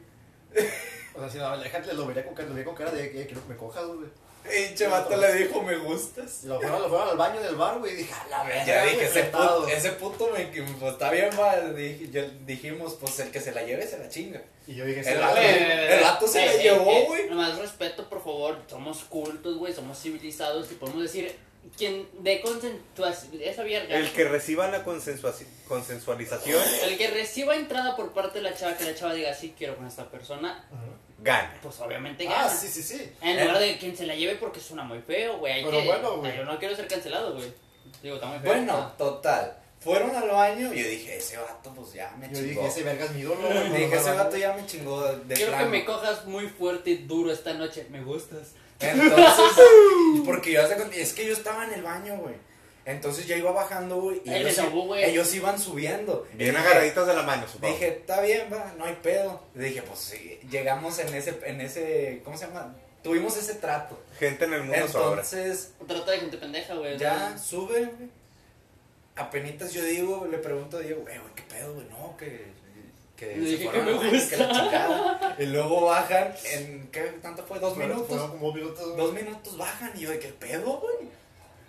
Speaker 3: O sea, si no, la vieja te lo vería con, cara- lo vería con cara de que quiero que me cojas, güey.
Speaker 4: Pinche vato le dijo, me gustas.
Speaker 3: Lo fueron, lo fueron al baño del bar, güey, y dije, "A la verga,
Speaker 4: Ya dije,
Speaker 3: güey,
Speaker 4: ese
Speaker 3: apretado".
Speaker 4: puto, ese puto me, que, pues, está bien mal. Dije- yo- dijimos, pues el que se la lleve se la chinga.
Speaker 3: Y yo dije,
Speaker 4: el
Speaker 3: "Sí,
Speaker 4: vato-
Speaker 3: güey".
Speaker 1: Eh,
Speaker 4: el vato se la llevó, güey.
Speaker 1: Nomás respeto, por favor. Somos cultos, güey. Somos civilizados y podemos decir. Quien dé consensuación. Esa verga.
Speaker 2: El que reciba la consensuaci- consensualización
Speaker 1: El que reciba entrada por parte de la chava, que la chava diga, sí, quiero con esta persona,
Speaker 2: gana.
Speaker 1: pues obviamente gana.
Speaker 3: Ah, sí, sí, sí.
Speaker 4: Eh.
Speaker 1: En lugar de quien se la lleve porque suena muy feo, güey. hay
Speaker 3: Pero
Speaker 1: que-
Speaker 3: bueno, güey.
Speaker 1: Ay, Yo no quiero ser cancelado, güey. Digo, está muy feo.
Speaker 4: Bueno, total. Fueron al baño y yo dije, ese vato, pues ya me
Speaker 3: Yo
Speaker 4: chingó.
Speaker 3: dije, ese verga es mi ídolo, güey.
Speaker 4: Dije,
Speaker 3: Cuando
Speaker 4: ese
Speaker 3: me va-
Speaker 4: vato ya me chingó de
Speaker 1: Quiero que
Speaker 4: plano.
Speaker 1: me cojas muy fuerte y duro esta noche. Me gustas.
Speaker 4: Entonces, porque yo hace cuenta- es que yo estaba en el baño, güey. Entonces yo iba bajando, güey. Y
Speaker 1: El
Speaker 4: ellos,
Speaker 1: desahogo,
Speaker 4: i-
Speaker 1: güey.
Speaker 4: ellos iban subiendo. Y
Speaker 2: Bien
Speaker 4: dije-
Speaker 2: agarraditos de la mano, supongo.
Speaker 4: Dije, está bien, va, no hay pedo. Y dije, pues sí, llegamos en ese, en ese, ¿cómo se llama? Tuvimos ese trato.
Speaker 2: Gente en el mundo sobra.
Speaker 4: Entonces,
Speaker 1: Trata de gente pendeja, güey.
Speaker 4: ya
Speaker 1: ¿no?
Speaker 4: sube, güey. Apenitas yo digo, le pregunto a Diego, güey, güey, qué pedo, güey, no, que. Que
Speaker 1: Le
Speaker 4: se
Speaker 1: dije
Speaker 4: fueron
Speaker 1: que me
Speaker 4: al baño, que la
Speaker 1: gusta.
Speaker 4: chingada. Y luego bajan en, ¿qué tanto fue? ¿Dos
Speaker 3: fueron-
Speaker 4: minutos?
Speaker 3: Fueron como dos minutos, güey.
Speaker 4: Dos minutos bajan y yo de qué pedo, güey.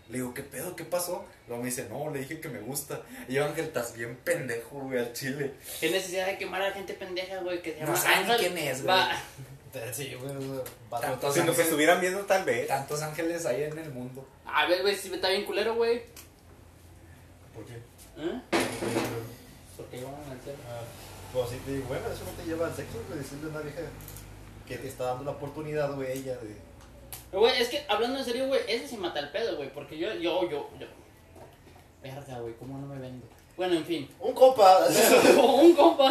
Speaker 4: Le digo, ¿qué pedo? ¿Qué pasó? Luego me dice, no, le dije que me gusta. Y yo, Ángel, estás bien pendejo, güey, al chile.
Speaker 1: Qué necesidad de quemar a gente pendeja, güey. Que se
Speaker 4: No
Speaker 1: llama
Speaker 4: saben
Speaker 1: Ángel.
Speaker 4: quién es, güey.
Speaker 1: Va.
Speaker 3: Sí, güey, o sea, vato.
Speaker 4: Tantos,
Speaker 2: Si nos
Speaker 4: ángeles-
Speaker 2: estuvieran viendo, tal vez.
Speaker 4: tantos ángeles hay en el mundo.
Speaker 1: A ver, güey, si me está bien culero, güey.
Speaker 3: ¿Por qué?
Speaker 1: ¿Eh? Porque yo me metí.
Speaker 3: Ah, Pues sí, te digo, bueno, eso no te lleva al sexo, güey, decirle a una vieja que te está dando la oportunidad, güey, ella de...
Speaker 1: Güey, es que hablando en serio, güey, ese sí mata el pedo, güey. Porque yo, yo, yo, yo. Verga, güey, ¿cómo no me vendo? Bueno, en fin.
Speaker 3: Un compa.
Speaker 1: un compa.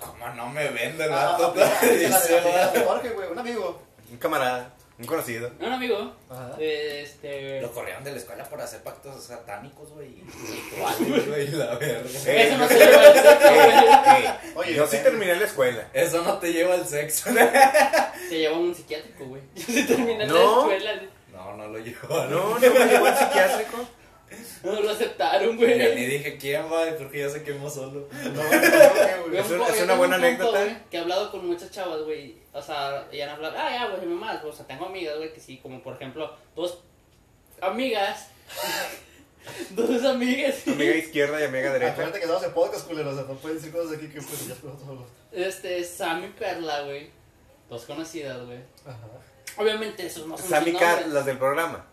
Speaker 4: Como no me vende el
Speaker 3: Ah,
Speaker 4: vato,
Speaker 3: la-
Speaker 4: dice, "Ah,
Speaker 3: la- la-
Speaker 4: güey.
Speaker 3: la- Jorge, güey, un amigo. Eh,
Speaker 2: Un camarada, un conocido.
Speaker 1: Un amigo.
Speaker 3: Ajá.
Speaker 1: Este.
Speaker 4: Lo corrieron de la escuela por hacer pactos satánicos, güey. y- y- güey, la verga.
Speaker 1: Eso no se le va a decir, güey.
Speaker 2: Ey,
Speaker 3: Oye, eh,
Speaker 2: yo sí
Speaker 3: depende.
Speaker 2: terminé la escuela.
Speaker 4: Eso no te lleva al sexo.
Speaker 1: Se llevó a un psiquiátrico, güey. Yo sí terminé la
Speaker 2: No.
Speaker 1: escuela.
Speaker 4: No, no lo llevó.
Speaker 2: No, no me llevó al psiquiátrico.
Speaker 1: No lo aceptaron,
Speaker 4: Yo
Speaker 1: güey.
Speaker 4: ni dije quién va, porque ya se quemó solo.
Speaker 3: No, no, no,
Speaker 1: Yo
Speaker 3: güey.
Speaker 2: Es
Speaker 1: un
Speaker 2: una-
Speaker 1: co-
Speaker 2: es
Speaker 1: yo
Speaker 2: una
Speaker 1: tengo
Speaker 2: buena
Speaker 1: un compa,
Speaker 2: anécdota.
Speaker 1: güey, que he hablado con muchas chavas, güey. O sea, y han hablado. Ah, ya, güey, mi mamá. O sea, tengo amigas, güey, que sí, como por ejemplo, dos amigas. dos amigas.
Speaker 2: Amiga izquierda y amiga derecha.
Speaker 3: Acuérdate que estamos en podcast, culeros, o sea, no pueden decir cosas aquí que pues ya estamos solos.
Speaker 1: Este, Sam y Perla, güey. Dos conocidas, güey.
Speaker 3: Ajá.
Speaker 1: Obviamente, esos no son
Speaker 2: Sammy
Speaker 1: sus
Speaker 2: Cat,
Speaker 1: nombres.
Speaker 2: las del programa.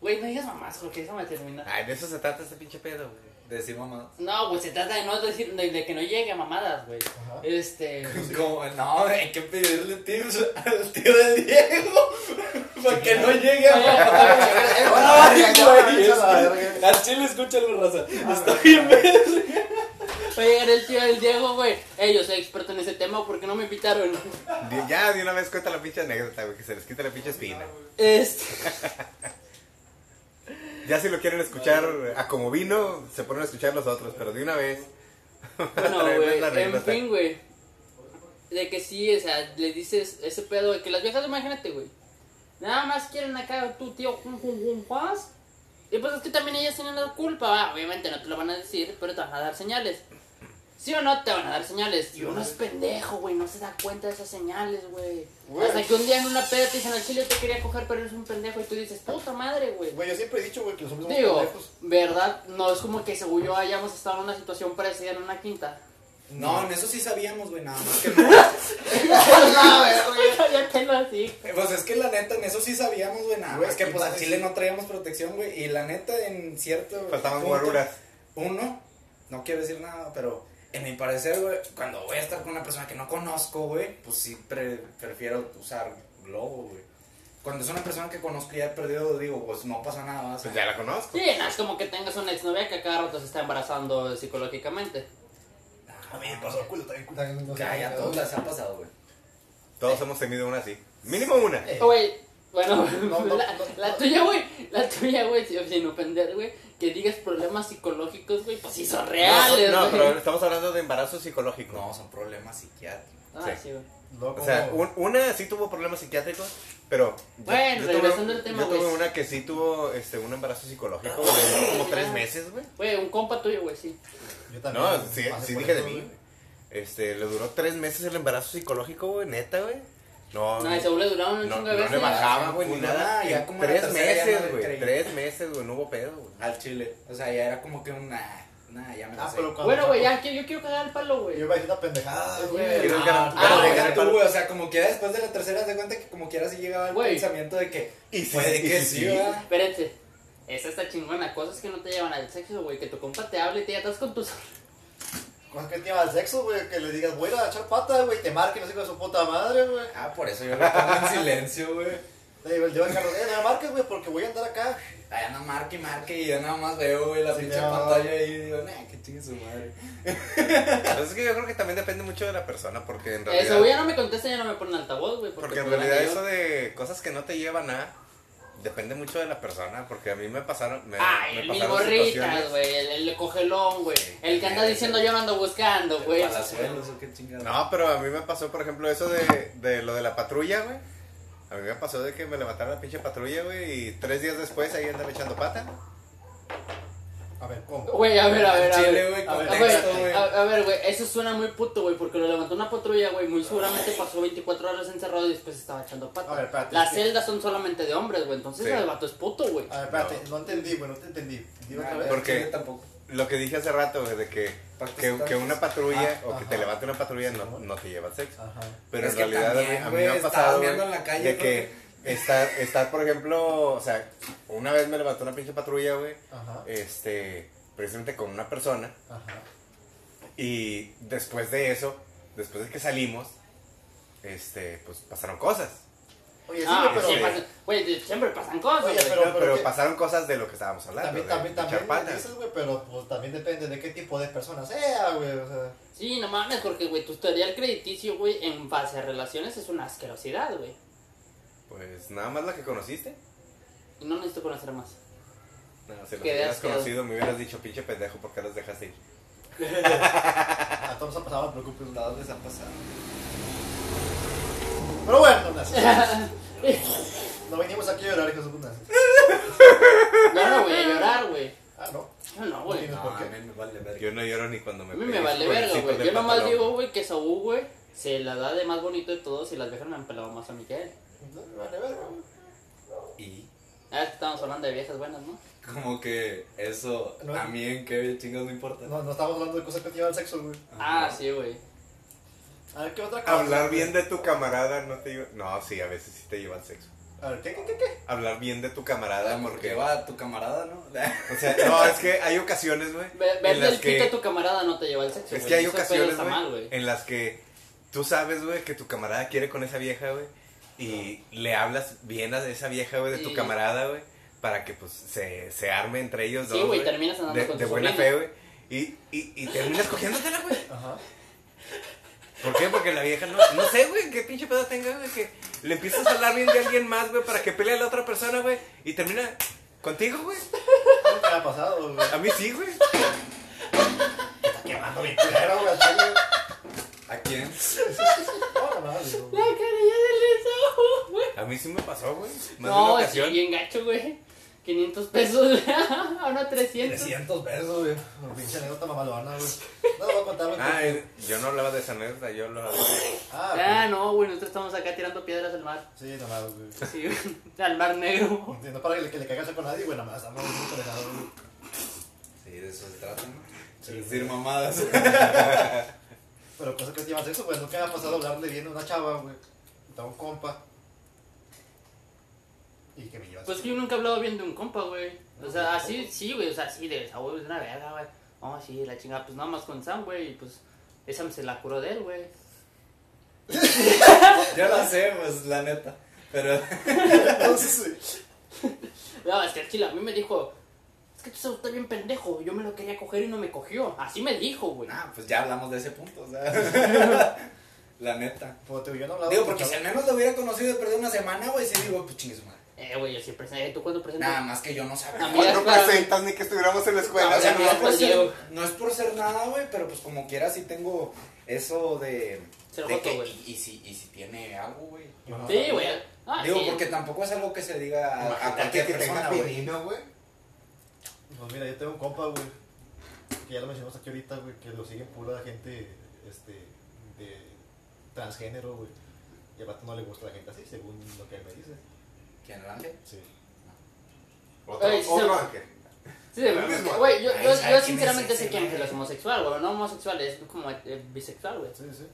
Speaker 1: Güey, no digas mamás, porque eso me termina.
Speaker 2: Ay, de eso se trata este pinche pedo, güey.
Speaker 4: Decimos más.
Speaker 1: No, güey, se trata de no decir, de, de que no llegue a mamadas, güey.
Speaker 3: Ajá.
Speaker 1: Este.
Speaker 4: Como, no, hay que pedirle tips al tío de Diego para que no llegue a Ay, güey, es que- Al chile escúchalo, raza. Está bien, verga.
Speaker 1: Va a llegar el tío del Diego, güey. Ey, yo soy experto en ese tema porque no me invitaron.
Speaker 2: Di- Ya, de una vez cuenta la pinche anécdota, güey, que se les quita la pinche espina.
Speaker 1: Este.
Speaker 2: Ya si lo quieren escuchar a como vino, se ponen a escuchar los otros, pero de una vez.
Speaker 1: Bueno,
Speaker 2: Traerles
Speaker 1: güey.
Speaker 2: la
Speaker 1: En
Speaker 2: anécdota.
Speaker 1: fin, güey. De que sí, o sea, le dices ese pedo de que las viejas, imagínate, güey. Nada más quieren acá tu tío jun jun jun paz. Y pues es que también ellas tienen la culpa, va. Obviamente no te lo van a decir, pero te van a dar señales. ¿Sí o no? Te van a dar señales. Y uno es pendejo, güey. No se da cuenta de esas señales, güey.
Speaker 3: Güey.
Speaker 1: Hasta que un día en una peda te dicen al chile te quería coger, pero eres un pendejo. Y tú dices, puta madre, güey.
Speaker 3: Güey, yo siempre he dicho, güey, que los hombres somos
Speaker 1: Digo,
Speaker 3: pendejos.
Speaker 1: verdad, no es como que según yo hayamos estado en una situación parecida en una quinta.
Speaker 4: No, en eso sí sabíamos, güey, nada más que no.
Speaker 1: ya tengo así.
Speaker 4: Pues es que la neta, en eso sí sabíamos, güey, nada
Speaker 3: Güey,
Speaker 4: más que
Speaker 3: ¿qué
Speaker 4: pues al
Speaker 3: pasa
Speaker 4: chile
Speaker 3: si-
Speaker 4: no traíamos protección, güey. Y la neta, en cierto.
Speaker 2: Faltaban
Speaker 4: punto,
Speaker 2: guaruras.
Speaker 4: Uno, no quiero decir nada, pero en mi parecer, güey, cuando voy a estar con una persona que no conozco, güey, pues sí pre- prefiero usar globo, güey. cuando es una persona que conozco y ya he perdido, digo, pues no pasa nada. o sea,
Speaker 2: Pues ya la conozco.
Speaker 1: Sí, no es como que tengas una exnovia que a cada rato se está embarazando psicológicamente.
Speaker 3: A mí Ah, me pasó culo también. culo, también, no sé.
Speaker 4: que ay, a todos las ha pasado, güey.
Speaker 2: Todos hemos tenido una así. Mínimo una.
Speaker 4: Eh.
Speaker 1: Oh, Güey, bueno,
Speaker 3: No, no,
Speaker 1: la,
Speaker 3: no,
Speaker 1: la
Speaker 3: no.
Speaker 1: tuya, güey, la tuya, güey, si- sin ofender, güey, que digas problemas psicológicos, güey, pues sí son reales,
Speaker 2: No, no,
Speaker 1: güey.
Speaker 2: pero estamos hablando de embarazo psicológico.
Speaker 4: No, son problemas psiquiátricos.
Speaker 1: Ah,
Speaker 2: sí.
Speaker 1: sí, güey.
Speaker 3: No,
Speaker 2: O sea,
Speaker 3: como-
Speaker 2: un- una sí tuvo problemas psiquiátricos, pero. yo-
Speaker 1: Bueno,
Speaker 2: yo tuve-
Speaker 1: regresando al tema,
Speaker 2: Yo tuve
Speaker 1: güey.
Speaker 2: una que sí tuvo este, un embarazo psicológico, güey, duró como tres meses, güey.
Speaker 1: Güey, un compa tuyo, güey, sí.
Speaker 3: Yo
Speaker 2: No, sí,
Speaker 3: pasé
Speaker 2: sí
Speaker 3: por
Speaker 2: dije de
Speaker 3: eso,
Speaker 2: mí.
Speaker 3: güey.
Speaker 2: Este, le duró tres meses el embarazo psicológico, güey, neta, güey. No,
Speaker 1: No, y seguro le duraron un
Speaker 2: no,
Speaker 1: chingo
Speaker 2: no
Speaker 1: de
Speaker 2: le
Speaker 1: veces.
Speaker 2: bajaba, güey, ni
Speaker 4: Pues
Speaker 2: nada.
Speaker 4: nada, ya
Speaker 2: En
Speaker 4: como la
Speaker 2: Tres
Speaker 4: tercera ya no
Speaker 2: meses,
Speaker 4: le
Speaker 2: güey,
Speaker 4: creí.
Speaker 2: tres meses, güey, no hubo pedo, güey.
Speaker 4: Al chile. O sea, ya era como que una. Nah, ya me lo
Speaker 3: Ah,
Speaker 4: sé.
Speaker 3: pero cuando.
Speaker 1: Bueno, güey, ya, que- yo quiero cagar el palo, güey.
Speaker 3: Yo iba a decir una pendejada, güey.
Speaker 1: Quiero
Speaker 3: Ah,
Speaker 2: ganar-
Speaker 4: Pero
Speaker 1: Ah,
Speaker 4: deja
Speaker 2: güey.
Speaker 4: tú, güey, o sea, como quiera después de la tercera, haz de cuenta que como quiera sí llegaba el
Speaker 1: Güey.
Speaker 4: pensamiento de que
Speaker 2: Y si-
Speaker 4: puede
Speaker 2: y
Speaker 4: que
Speaker 2: si
Speaker 4: sí,
Speaker 2: sí.
Speaker 4: ¿verdad?
Speaker 1: Espérense. Esa está chingona. Cosas que no te llevan al sexo, güey. Que tu compa te hable y te ya estás con tus.
Speaker 3: Cosas que te lleva al sexo, güey, que le digas, voy a ir a echar pata, güey, te marque, no sé qué es su puta madre, güey.
Speaker 4: Ah, por eso yo lo pongo en silencio, güey.
Speaker 3: Le digo, le digo al Carlos, eh, no me marques, güey, porque voy a andar acá.
Speaker 4: Ah, Ya no marque y marque y yo nada más veo, güey, la
Speaker 3: Sí,
Speaker 4: pinche
Speaker 3: no.
Speaker 4: pantalla ahí y digo, nah, que chingue su madre.
Speaker 2: Entonces, que yo creo que también depende mucho de la persona, porque en realidad.
Speaker 1: Eso, güey, ya no me contesta, ya no me pone altavoz, güey.
Speaker 2: Porque en
Speaker 1: pues,
Speaker 2: realidad
Speaker 1: yo-
Speaker 2: eso de cosas que no te llevan a depende mucho de la persona, porque a mí me pasaron me,
Speaker 1: Ay,
Speaker 2: me
Speaker 1: el
Speaker 2: pasaron
Speaker 1: mismo Ritas,
Speaker 2: situaciones-
Speaker 1: güey. El, el cogelón, güey.
Speaker 4: Sí.
Speaker 1: El que anda diciendo yo no ando buscando, güey.
Speaker 4: Palazuelos o qué chingada.
Speaker 2: No, pero a mí me pasó, por ejemplo, eso de, de lo de la patrulla, güey. A mí me pasó de que me levantaron la pinche patrulla, güey, y tres días después ahí andaba echando pata.
Speaker 3: A ver, ¿cómo?
Speaker 1: Güey, a ver, a ver, a
Speaker 4: Chile,
Speaker 1: ver.
Speaker 4: güey,
Speaker 1: A ver,
Speaker 4: contexto,
Speaker 1: a ver,
Speaker 4: güey.
Speaker 1: a- a ver, güey, eso suena muy puto, güey, porque lo levantó una patrulla, güey, muy seguramente pasó 24 horas encerrado y después estaba echando
Speaker 3: A ver,
Speaker 1: pata.
Speaker 3: espérate,
Speaker 1: Las
Speaker 3: es que- Ah,
Speaker 1: celdas son solamente de hombres, güey, entonces
Speaker 2: Sí.
Speaker 1: el vato es puto, güey.
Speaker 3: A ver, espérate, no, entendí, güey, no te entendí. Dime otra vez.
Speaker 2: ¿por qué?
Speaker 4: Yo tampoco.
Speaker 2: Lo que dije hace rato, güey, de que, que, que una patrulla
Speaker 3: Ah,
Speaker 2: o que te
Speaker 3: ajá.
Speaker 2: levante una patrulla
Speaker 3: Sí,
Speaker 2: no,
Speaker 3: ¿no?
Speaker 2: no te lleva al sexo.
Speaker 3: Ajá.
Speaker 2: Pero
Speaker 4: Es
Speaker 2: en
Speaker 4: que
Speaker 2: realidad
Speaker 4: también,
Speaker 2: a mí
Speaker 4: güey,
Speaker 2: me ha
Speaker 4: estabas
Speaker 2: pasado
Speaker 4: viendo
Speaker 2: güey,
Speaker 4: en la calle,
Speaker 2: de
Speaker 4: ¿no?
Speaker 2: que estar, estar, por ejemplo, o sea, una vez me levantó una pinche patrulla, güey,
Speaker 3: Ajá.
Speaker 2: este, precisamente con una persona.
Speaker 3: Ajá.
Speaker 2: Y después de eso, después de que salimos, este, pues pasaron cosas.
Speaker 3: Oye, sí,
Speaker 1: Ah,
Speaker 3: güey, pero.
Speaker 1: sí,
Speaker 2: siempre-
Speaker 1: pasa- güey, siempre pasan cosas,
Speaker 3: Oye,
Speaker 1: güey.
Speaker 2: Pero,
Speaker 3: pero
Speaker 2: pero
Speaker 3: ¿qué?
Speaker 2: pasaron cosas de lo que estábamos hablando.
Speaker 3: También,
Speaker 2: de-
Speaker 3: también,
Speaker 2: de echar
Speaker 3: también
Speaker 2: pata.
Speaker 3: dices, güey, pero pues también depende de qué tipo de persona sea, güey, o sea.
Speaker 1: Sí, no mames, porque, güey, tu historial crediticio, güey, en base a relaciones es una asquerosidad, güey.
Speaker 2: Pues nada más la que conociste.
Speaker 1: Y no necesito conocer más.
Speaker 2: No, si lo
Speaker 1: Qué
Speaker 2: hubieras
Speaker 1: asqueado.
Speaker 2: conocido me hubieras dicho, pinche pendejo, ¿por qué los dejaste ir?
Speaker 3: A todos nos ha pasado, no te preocupes.
Speaker 4: A todos les ha pasado.
Speaker 3: Pero bueno, gracias. No venimos aquí a llorar, hijos de puta.
Speaker 1: Yo no voy a llorar, güey.
Speaker 3: Ah, no.
Speaker 1: Yo no, güey.
Speaker 3: No,
Speaker 1: A
Speaker 4: No,
Speaker 3: ¿por qué?
Speaker 4: a mí me vale verga.
Speaker 2: Yo no lloro ni cuando me
Speaker 1: mí me
Speaker 2: pegues
Speaker 1: vale
Speaker 2: con el
Speaker 1: verga,
Speaker 2: zipper
Speaker 1: güey.
Speaker 2: del
Speaker 1: Yo nomás
Speaker 2: pantalón.
Speaker 1: digo, güey, que Saúl, güey, se la da de más bonito de todos y las viejas me han pelado más a mí que él.
Speaker 3: No, Vale, verga, güey.
Speaker 4: Y
Speaker 1: Ah, es que estamos hablando de viejas buenas, ¿no?
Speaker 4: como que eso,
Speaker 3: No.
Speaker 4: a mí en qué chingados no importa.
Speaker 3: No, no estamos hablando de cosas que te llevan al sexo, güey.
Speaker 1: Ah,
Speaker 4: Ajá.
Speaker 1: sí, güey.
Speaker 3: A ver, ¿qué otra cosa?
Speaker 2: Hablar bien de tu camarada no te lleva... No, sí, a veces sí te lleva al sexo.
Speaker 3: A ver, ¿qué, qué, qué, qué?
Speaker 2: Hablar bien de tu camarada
Speaker 4: Porque
Speaker 2: porque...
Speaker 4: va tu camarada, ¿no?
Speaker 2: O sea, no, es que hay ocasiones, güey,
Speaker 1: Ve-
Speaker 2: en
Speaker 1: Verle
Speaker 2: las
Speaker 1: el pito
Speaker 2: que...
Speaker 1: a tu camarada no te lleva al sexo.
Speaker 2: Es
Speaker 1: güey.
Speaker 2: que hay
Speaker 1: Ese pedo
Speaker 2: ocasiones,
Speaker 1: está mal,
Speaker 2: güey, Eh.
Speaker 1: güey.
Speaker 2: en las que tú sabes, güey, que tu camarada quiere con esa vieja, güey, y le hablas bien a esa vieja, güey, de tu
Speaker 1: Sí.
Speaker 2: camarada, güey, para que, pues, se, se arme entre ellos
Speaker 1: Sí,
Speaker 2: dos,
Speaker 1: güey, terminas andando
Speaker 2: de,
Speaker 1: con
Speaker 2: de
Speaker 1: tu
Speaker 2: buena
Speaker 1: sobrina.
Speaker 2: fe, güey, y, y, y terminas cogiéndotela, güey.
Speaker 3: Ajá.
Speaker 2: ¿Por qué? Porque la vieja no, no sé, güey, qué pinche pedo tenga, güey, que le empiezas a hablar bien de alguien más, güey, para que pelee a la otra persona, güey, y termina contigo, güey.
Speaker 3: ¿Qué ha pasado, güey?
Speaker 2: A mí sí, güey.
Speaker 3: Está quemando mi culero, güey. al chile.
Speaker 4: ¿A quién?
Speaker 3: No, no, no,
Speaker 1: La
Speaker 3: güey.
Speaker 1: carilla del Saúl, güey.
Speaker 2: A mí sí me pasó, güey. Más de una
Speaker 1: No, sí,
Speaker 2: ocasión.
Speaker 1: bien gacho, güey. 500 pesos, a una 300.
Speaker 3: 300 pesos, güey. Una Pinche anécdota mamalona, güey. No, lo voy a contar, güey.
Speaker 2: Ah, eh, yo no hablaba de esa anécdota, yo lo hablaba de...
Speaker 1: Ah,
Speaker 3: Ah,
Speaker 1: no, güey, nosotros estamos acá tirando piedras al mar.
Speaker 3: pues, sí, nomás, güey.
Speaker 1: Sí, al mar negro.
Speaker 3: No para que le, que le caigas con nadie, güey, nomás. Estamos muy interesados, güey.
Speaker 4: Sí, de eso se trata, ¿no?
Speaker 3: Sí,
Speaker 4: De decir mamadas.
Speaker 3: Pero cosas que te llevan al sexo, güey. Nunca me ha pasado hablarle bien a una chava, güey. A un compa. Y que me llevas.
Speaker 1: Pues que yo nunca he hablado bien de un compa, güey. O sea, así, sí, güey, o sea, sí, de esa, güey, es una verga, güey. No, sí, la chingada, pues nada más con Sam, güey, y pues esa se la curó de él, güey.
Speaker 4: Yo la sé, pues la neta. Pero,
Speaker 3: Entonces,
Speaker 1: No, es que el chile a mí me dijo, es que tú estás bien pendejo, yo me lo quería coger y no me cogió. Así me dijo, güey.
Speaker 4: nah, pues ya hablamos de ese punto, o sea. la neta.
Speaker 3: como Pues, te digo, yo no hablaba.
Speaker 4: Digo,
Speaker 3: con
Speaker 4: porque si al
Speaker 3: chavos.
Speaker 4: menos lo hubiera conocido de perder una semana, güey, sí digo, pues chingues, madre.
Speaker 1: Eh, güey, yo sí presenté, ¿tú cuándo presentas?
Speaker 4: Nada más que yo no sabía.
Speaker 1: A mí
Speaker 4: güey.
Speaker 1: ya-
Speaker 5: Cuatro presentas ni que estuviéramos en la escuela.
Speaker 4: O sea,
Speaker 1: ya
Speaker 4: no es,
Speaker 1: me
Speaker 4: por ser,
Speaker 1: acuerdo.
Speaker 4: no es por ser nada, güey, pero pues como quiera sí tengo eso de...
Speaker 1: Ser
Speaker 4: de
Speaker 1: joto,
Speaker 4: que-
Speaker 1: güey.
Speaker 4: y, y si, y si tiene algo, güey.
Speaker 3: Yo no
Speaker 1: Sí,
Speaker 3: sabía.
Speaker 1: güey. Ah,
Speaker 4: Digo,
Speaker 1: sí.
Speaker 4: porque tampoco es algo que se diga a, a
Speaker 5: Imagínate
Speaker 4: cualquier
Speaker 5: que
Speaker 4: persona,
Speaker 5: tenga
Speaker 4: güey.
Speaker 5: pinino, güey.
Speaker 3: Pues mira, yo tengo un compa, güey, que ya lo mencionamos aquí ahorita, güey, que lo siguen pura gente, este, de transgénero, güey. Y al rato no le gusta la gente así, según lo que él me dice.
Speaker 4: ¿Quién lo hace?
Speaker 3: Sí.
Speaker 5: Otro,
Speaker 1: Ay, sí,
Speaker 5: otro
Speaker 1: se-
Speaker 5: ángel.
Speaker 1: Sí, güey,
Speaker 5: Lo mismo.
Speaker 1: güey, yo,
Speaker 4: Ay,
Speaker 1: yo,
Speaker 4: ¿sabes
Speaker 1: yo
Speaker 4: quién
Speaker 1: sinceramente
Speaker 4: es
Speaker 1: sé
Speaker 4: ese,
Speaker 1: quién es
Speaker 4: güey?
Speaker 1: el homosexual, güey, no homosexual, es como eh, bisexual, güey.
Speaker 3: Sí, sí.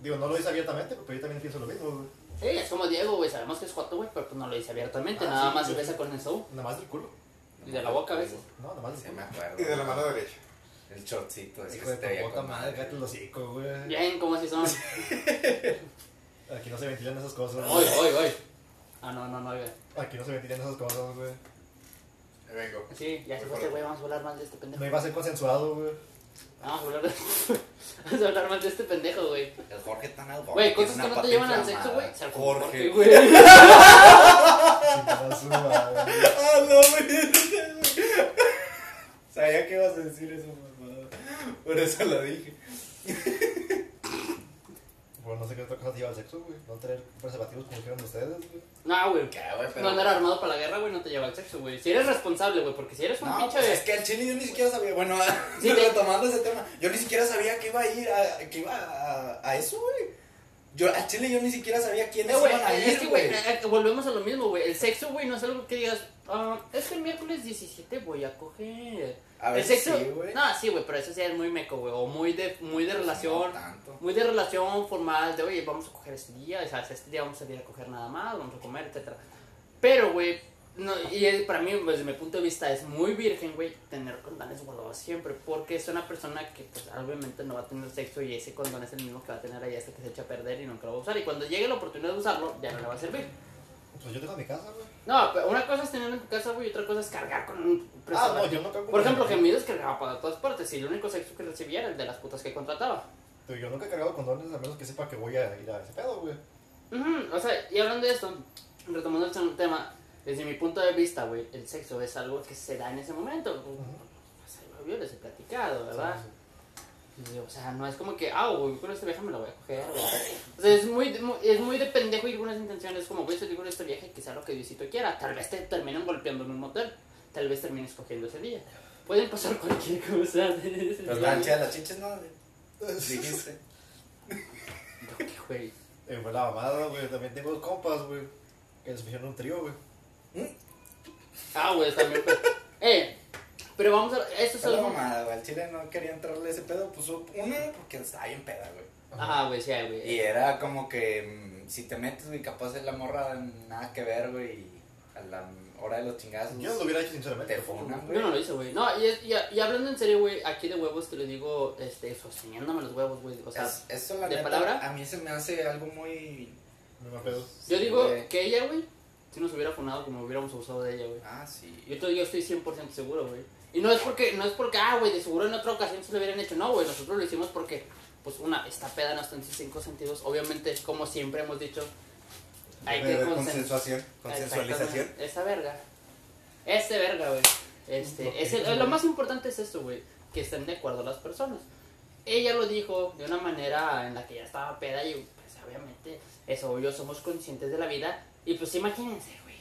Speaker 3: Digo, no lo dice abiertamente, pero yo también pienso lo mismo, güey.
Speaker 1: Sí, es como Diego, güey, sabemos que es joto, güey, pero pues no lo dice abiertamente,
Speaker 3: Ah,
Speaker 1: nada
Speaker 3: sí,
Speaker 1: más se
Speaker 3: güey.
Speaker 1: besa con el Saúl.
Speaker 3: Nada más del culo.
Speaker 1: Y de la boca a veces.
Speaker 3: No, nada más del
Speaker 4: Se
Speaker 3: culo.
Speaker 4: me acuerdo.
Speaker 5: Y de la mano derecha.
Speaker 4: El shortcito. ese
Speaker 3: Hijo
Speaker 4: que
Speaker 3: de
Speaker 4: se te veía
Speaker 3: tu puta
Speaker 4: con
Speaker 3: madre,
Speaker 4: madre.
Speaker 3: cállate los hocico, güey.
Speaker 1: Bien, ¿cómo así son?
Speaker 3: Aquí no se ventilan esas cosas,
Speaker 1: Oy,
Speaker 3: güey.
Speaker 1: oy, oy. Ah, no, no, no, oiga.
Speaker 3: Aquí no se ventilan esas cosas, güey.
Speaker 5: Ahí Vengo.
Speaker 1: Sí, ya se fue este güey, vamos a hablar más de este pendejo.
Speaker 3: No iba a ser consensuado, güey.
Speaker 1: Vamos a hablar de... vamos a hablar más de este pendejo, güey.
Speaker 4: El Jorge tan al
Speaker 1: Güey,
Speaker 4: Jorge,
Speaker 1: cosas
Speaker 4: tiene
Speaker 1: que
Speaker 4: una
Speaker 1: no te llevan al
Speaker 4: pata inflamada.
Speaker 1: sexo, güey. Sal con
Speaker 4: Jorge.
Speaker 1: güey.
Speaker 3: Chingada su madre.
Speaker 4: Ah, no, güey. Sabía que ibas a decir eso, mamá. Por eso lo dije.
Speaker 3: Bueno, no sé qué otra cosa te lleva al sexo, güey. No tener preservativos como hicieron ustedes, güey.
Speaker 1: No, güey.
Speaker 4: ¿Qué, güey? Pero...
Speaker 1: No andar armado para la guerra, güey, no te lleva al sexo, güey. Si eres responsable, güey, porque si eres un
Speaker 4: No,
Speaker 1: pinche... Eh,
Speaker 4: pues es que al chile yo ni siquiera sabía. Bueno,
Speaker 1: Sí, te-
Speaker 4: retomando ese tema, yo ni siquiera sabía que iba a ir a, que iba a, a eso, güey. Yo, al chile yo ni siquiera sabía quiénes
Speaker 1: Eh, güey,
Speaker 4: iban a
Speaker 1: es que,
Speaker 4: ir,
Speaker 1: güey,
Speaker 4: güey.
Speaker 1: eh, eh, volvemos a lo mismo, güey. El sexo, güey, no es algo que digas, ah, es que el miércoles 17 voy a coger.
Speaker 4: A ver,
Speaker 1: el sexo,
Speaker 4: sí, güey. Pues,
Speaker 1: no, sí, güey, pero eso sí es muy meco, güey, o muy de, muy de relación,
Speaker 4: No tanto.
Speaker 1: muy de relación formal, de, oye, vamos a coger este día, o sea, este día vamos a ir a coger nada más, vamos a comer, etcétera. Pero, güey, no, y es- para mí, pues, desde mi punto de vista, es muy virgen, güey, tener condones guardados siempre, porque es una persona que, pues, obviamente no va a tener sexo y ese condón es el mismo que va a tener ahí hasta que se echa a perder y nunca lo va a usar. Y cuando llegue la oportunidad de usarlo, ya no le va a servir.
Speaker 3: Pues yo tengo en mi casa, güey.
Speaker 1: No, pero una cosa es tener en tu casa, güey, y otra cosa es cargar con un
Speaker 3: Ah, no,
Speaker 1: preservativo.
Speaker 3: yo no cargo
Speaker 1: Por ejemplo,
Speaker 3: condones.
Speaker 1: Gemidos cargaba para todas partes y el único sexo que recibía era el de las putas que contrataba.
Speaker 3: Digo, Yo nunca he cargado condones a menos que sepa que voy a ir a ese pedo, güey.
Speaker 1: Ujú, O sea, y hablando de esto, retomando el tema, desde mi punto de vista, güey, el sexo es algo que se da en ese momento. Pues, ahí lo vio, les he platicado, ¿verdad?
Speaker 3: Sí,
Speaker 1: Y, O sea, no es como que, ah, güey, con esta vieja me la voy a coger, güey. O sea, es muy, muy- es muy de pendejo ir con unas intenciones como, güey, estoy con esta vieja y que sea lo que Diosito quiera. Tal vez te terminen golpeando en un motel. Tal vez termines cogiendo ese día. Pueden pasar cualquier cosa.
Speaker 4: Pero estaban chidas las chinches, ¿no? Dijiste.
Speaker 1: ¿Qué, güey?
Speaker 3: sí. Eh, güey, la mamada, güey. También tengo dos compas, güey. Que les hicieron un trío, güey.
Speaker 1: Ah, güey, también. Pues. Eh, pero vamos a. Esto es
Speaker 4: Fue la
Speaker 1: algo.
Speaker 4: mamada, güey. Al chile no quería entrarle a ese pedo. Pues uno, porque pues, estaba bien peda, güey.
Speaker 1: Ah, güey, sí, ah, güey.
Speaker 4: Y era como que mm, si te metes, güey, capaz es la morra nada que ver, güey. Y a la hora de los chingazos.
Speaker 3: Yo no lo hubiera hecho, sinceramente.
Speaker 4: Te
Speaker 3: tampoco,
Speaker 4: funan,
Speaker 3: güey.
Speaker 1: Yo no lo hice, güey. No, y, y, y hablando en serio, güey, aquí de huevos te lo digo, este, sosteniéndome los huevos, güey. O sea,
Speaker 4: Es- eso, la
Speaker 1: ¿de
Speaker 4: neta,
Speaker 1: palabra?
Speaker 4: a mí se me hace algo muy.
Speaker 3: No me pedo.
Speaker 1: yo
Speaker 4: sí,
Speaker 1: digo
Speaker 4: güey.
Speaker 1: que ella, güey, si nos hubiera funado como hubiéramos abusado de ella, güey.
Speaker 4: Ah, sí.
Speaker 1: Yo, te- yo estoy 100% seguro, güey. Y no es porque, no es porque, ah, güey, de seguro en otra ocasión se lo hubieran hecho. No, güey, nosotros lo hicimos porque, pues, una, esta peda no está en sus cinco sentidos. Obviamente, como siempre hemos dicho, hay que
Speaker 5: De
Speaker 1: consensuar.
Speaker 5: Consensuación. Consensualización.
Speaker 1: Exactamente, Esa verga. Este verga, güey. Este,
Speaker 3: Ok,
Speaker 1: es el-
Speaker 3: güey.
Speaker 1: lo más importante es esto, güey. Que estén de acuerdo las personas. Ella lo dijo de una manera en la que ya estaba peda y pues obviamente eso yo somos conscientes de la vida. Y pues imagínense, güey.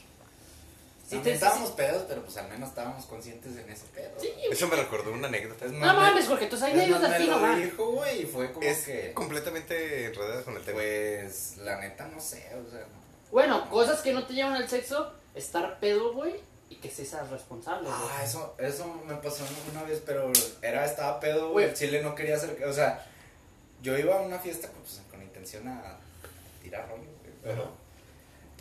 Speaker 1: Si
Speaker 4: También
Speaker 1: te-
Speaker 4: estábamos pedos, pero pues al menos estábamos conscientes en ese pedo.
Speaker 1: Sí, güey.
Speaker 2: Eso me recordó una anécdota.
Speaker 4: Es
Speaker 1: No
Speaker 4: más, me-
Speaker 1: mames, Jorge, tus
Speaker 4: es más,
Speaker 1: anécdotas
Speaker 4: me
Speaker 1: aquí no
Speaker 4: lo
Speaker 1: van.
Speaker 4: dijo, güey, y fue como
Speaker 2: Es
Speaker 4: que.
Speaker 2: completamente enredada con el tema.
Speaker 4: Pues la neta, no sé, o sea. no.
Speaker 1: Bueno, cosas que no te llevan al sexo, estar pedo, güey, y que sí seas responsable, güey.
Speaker 4: Ah, eso, eso me pasó una vez, pero era, estaba pedo,
Speaker 1: Güey.
Speaker 4: güey. El chile no quería hacer. O sea, yo iba a una fiesta pues, con intención a tirar rollo, güey. Pero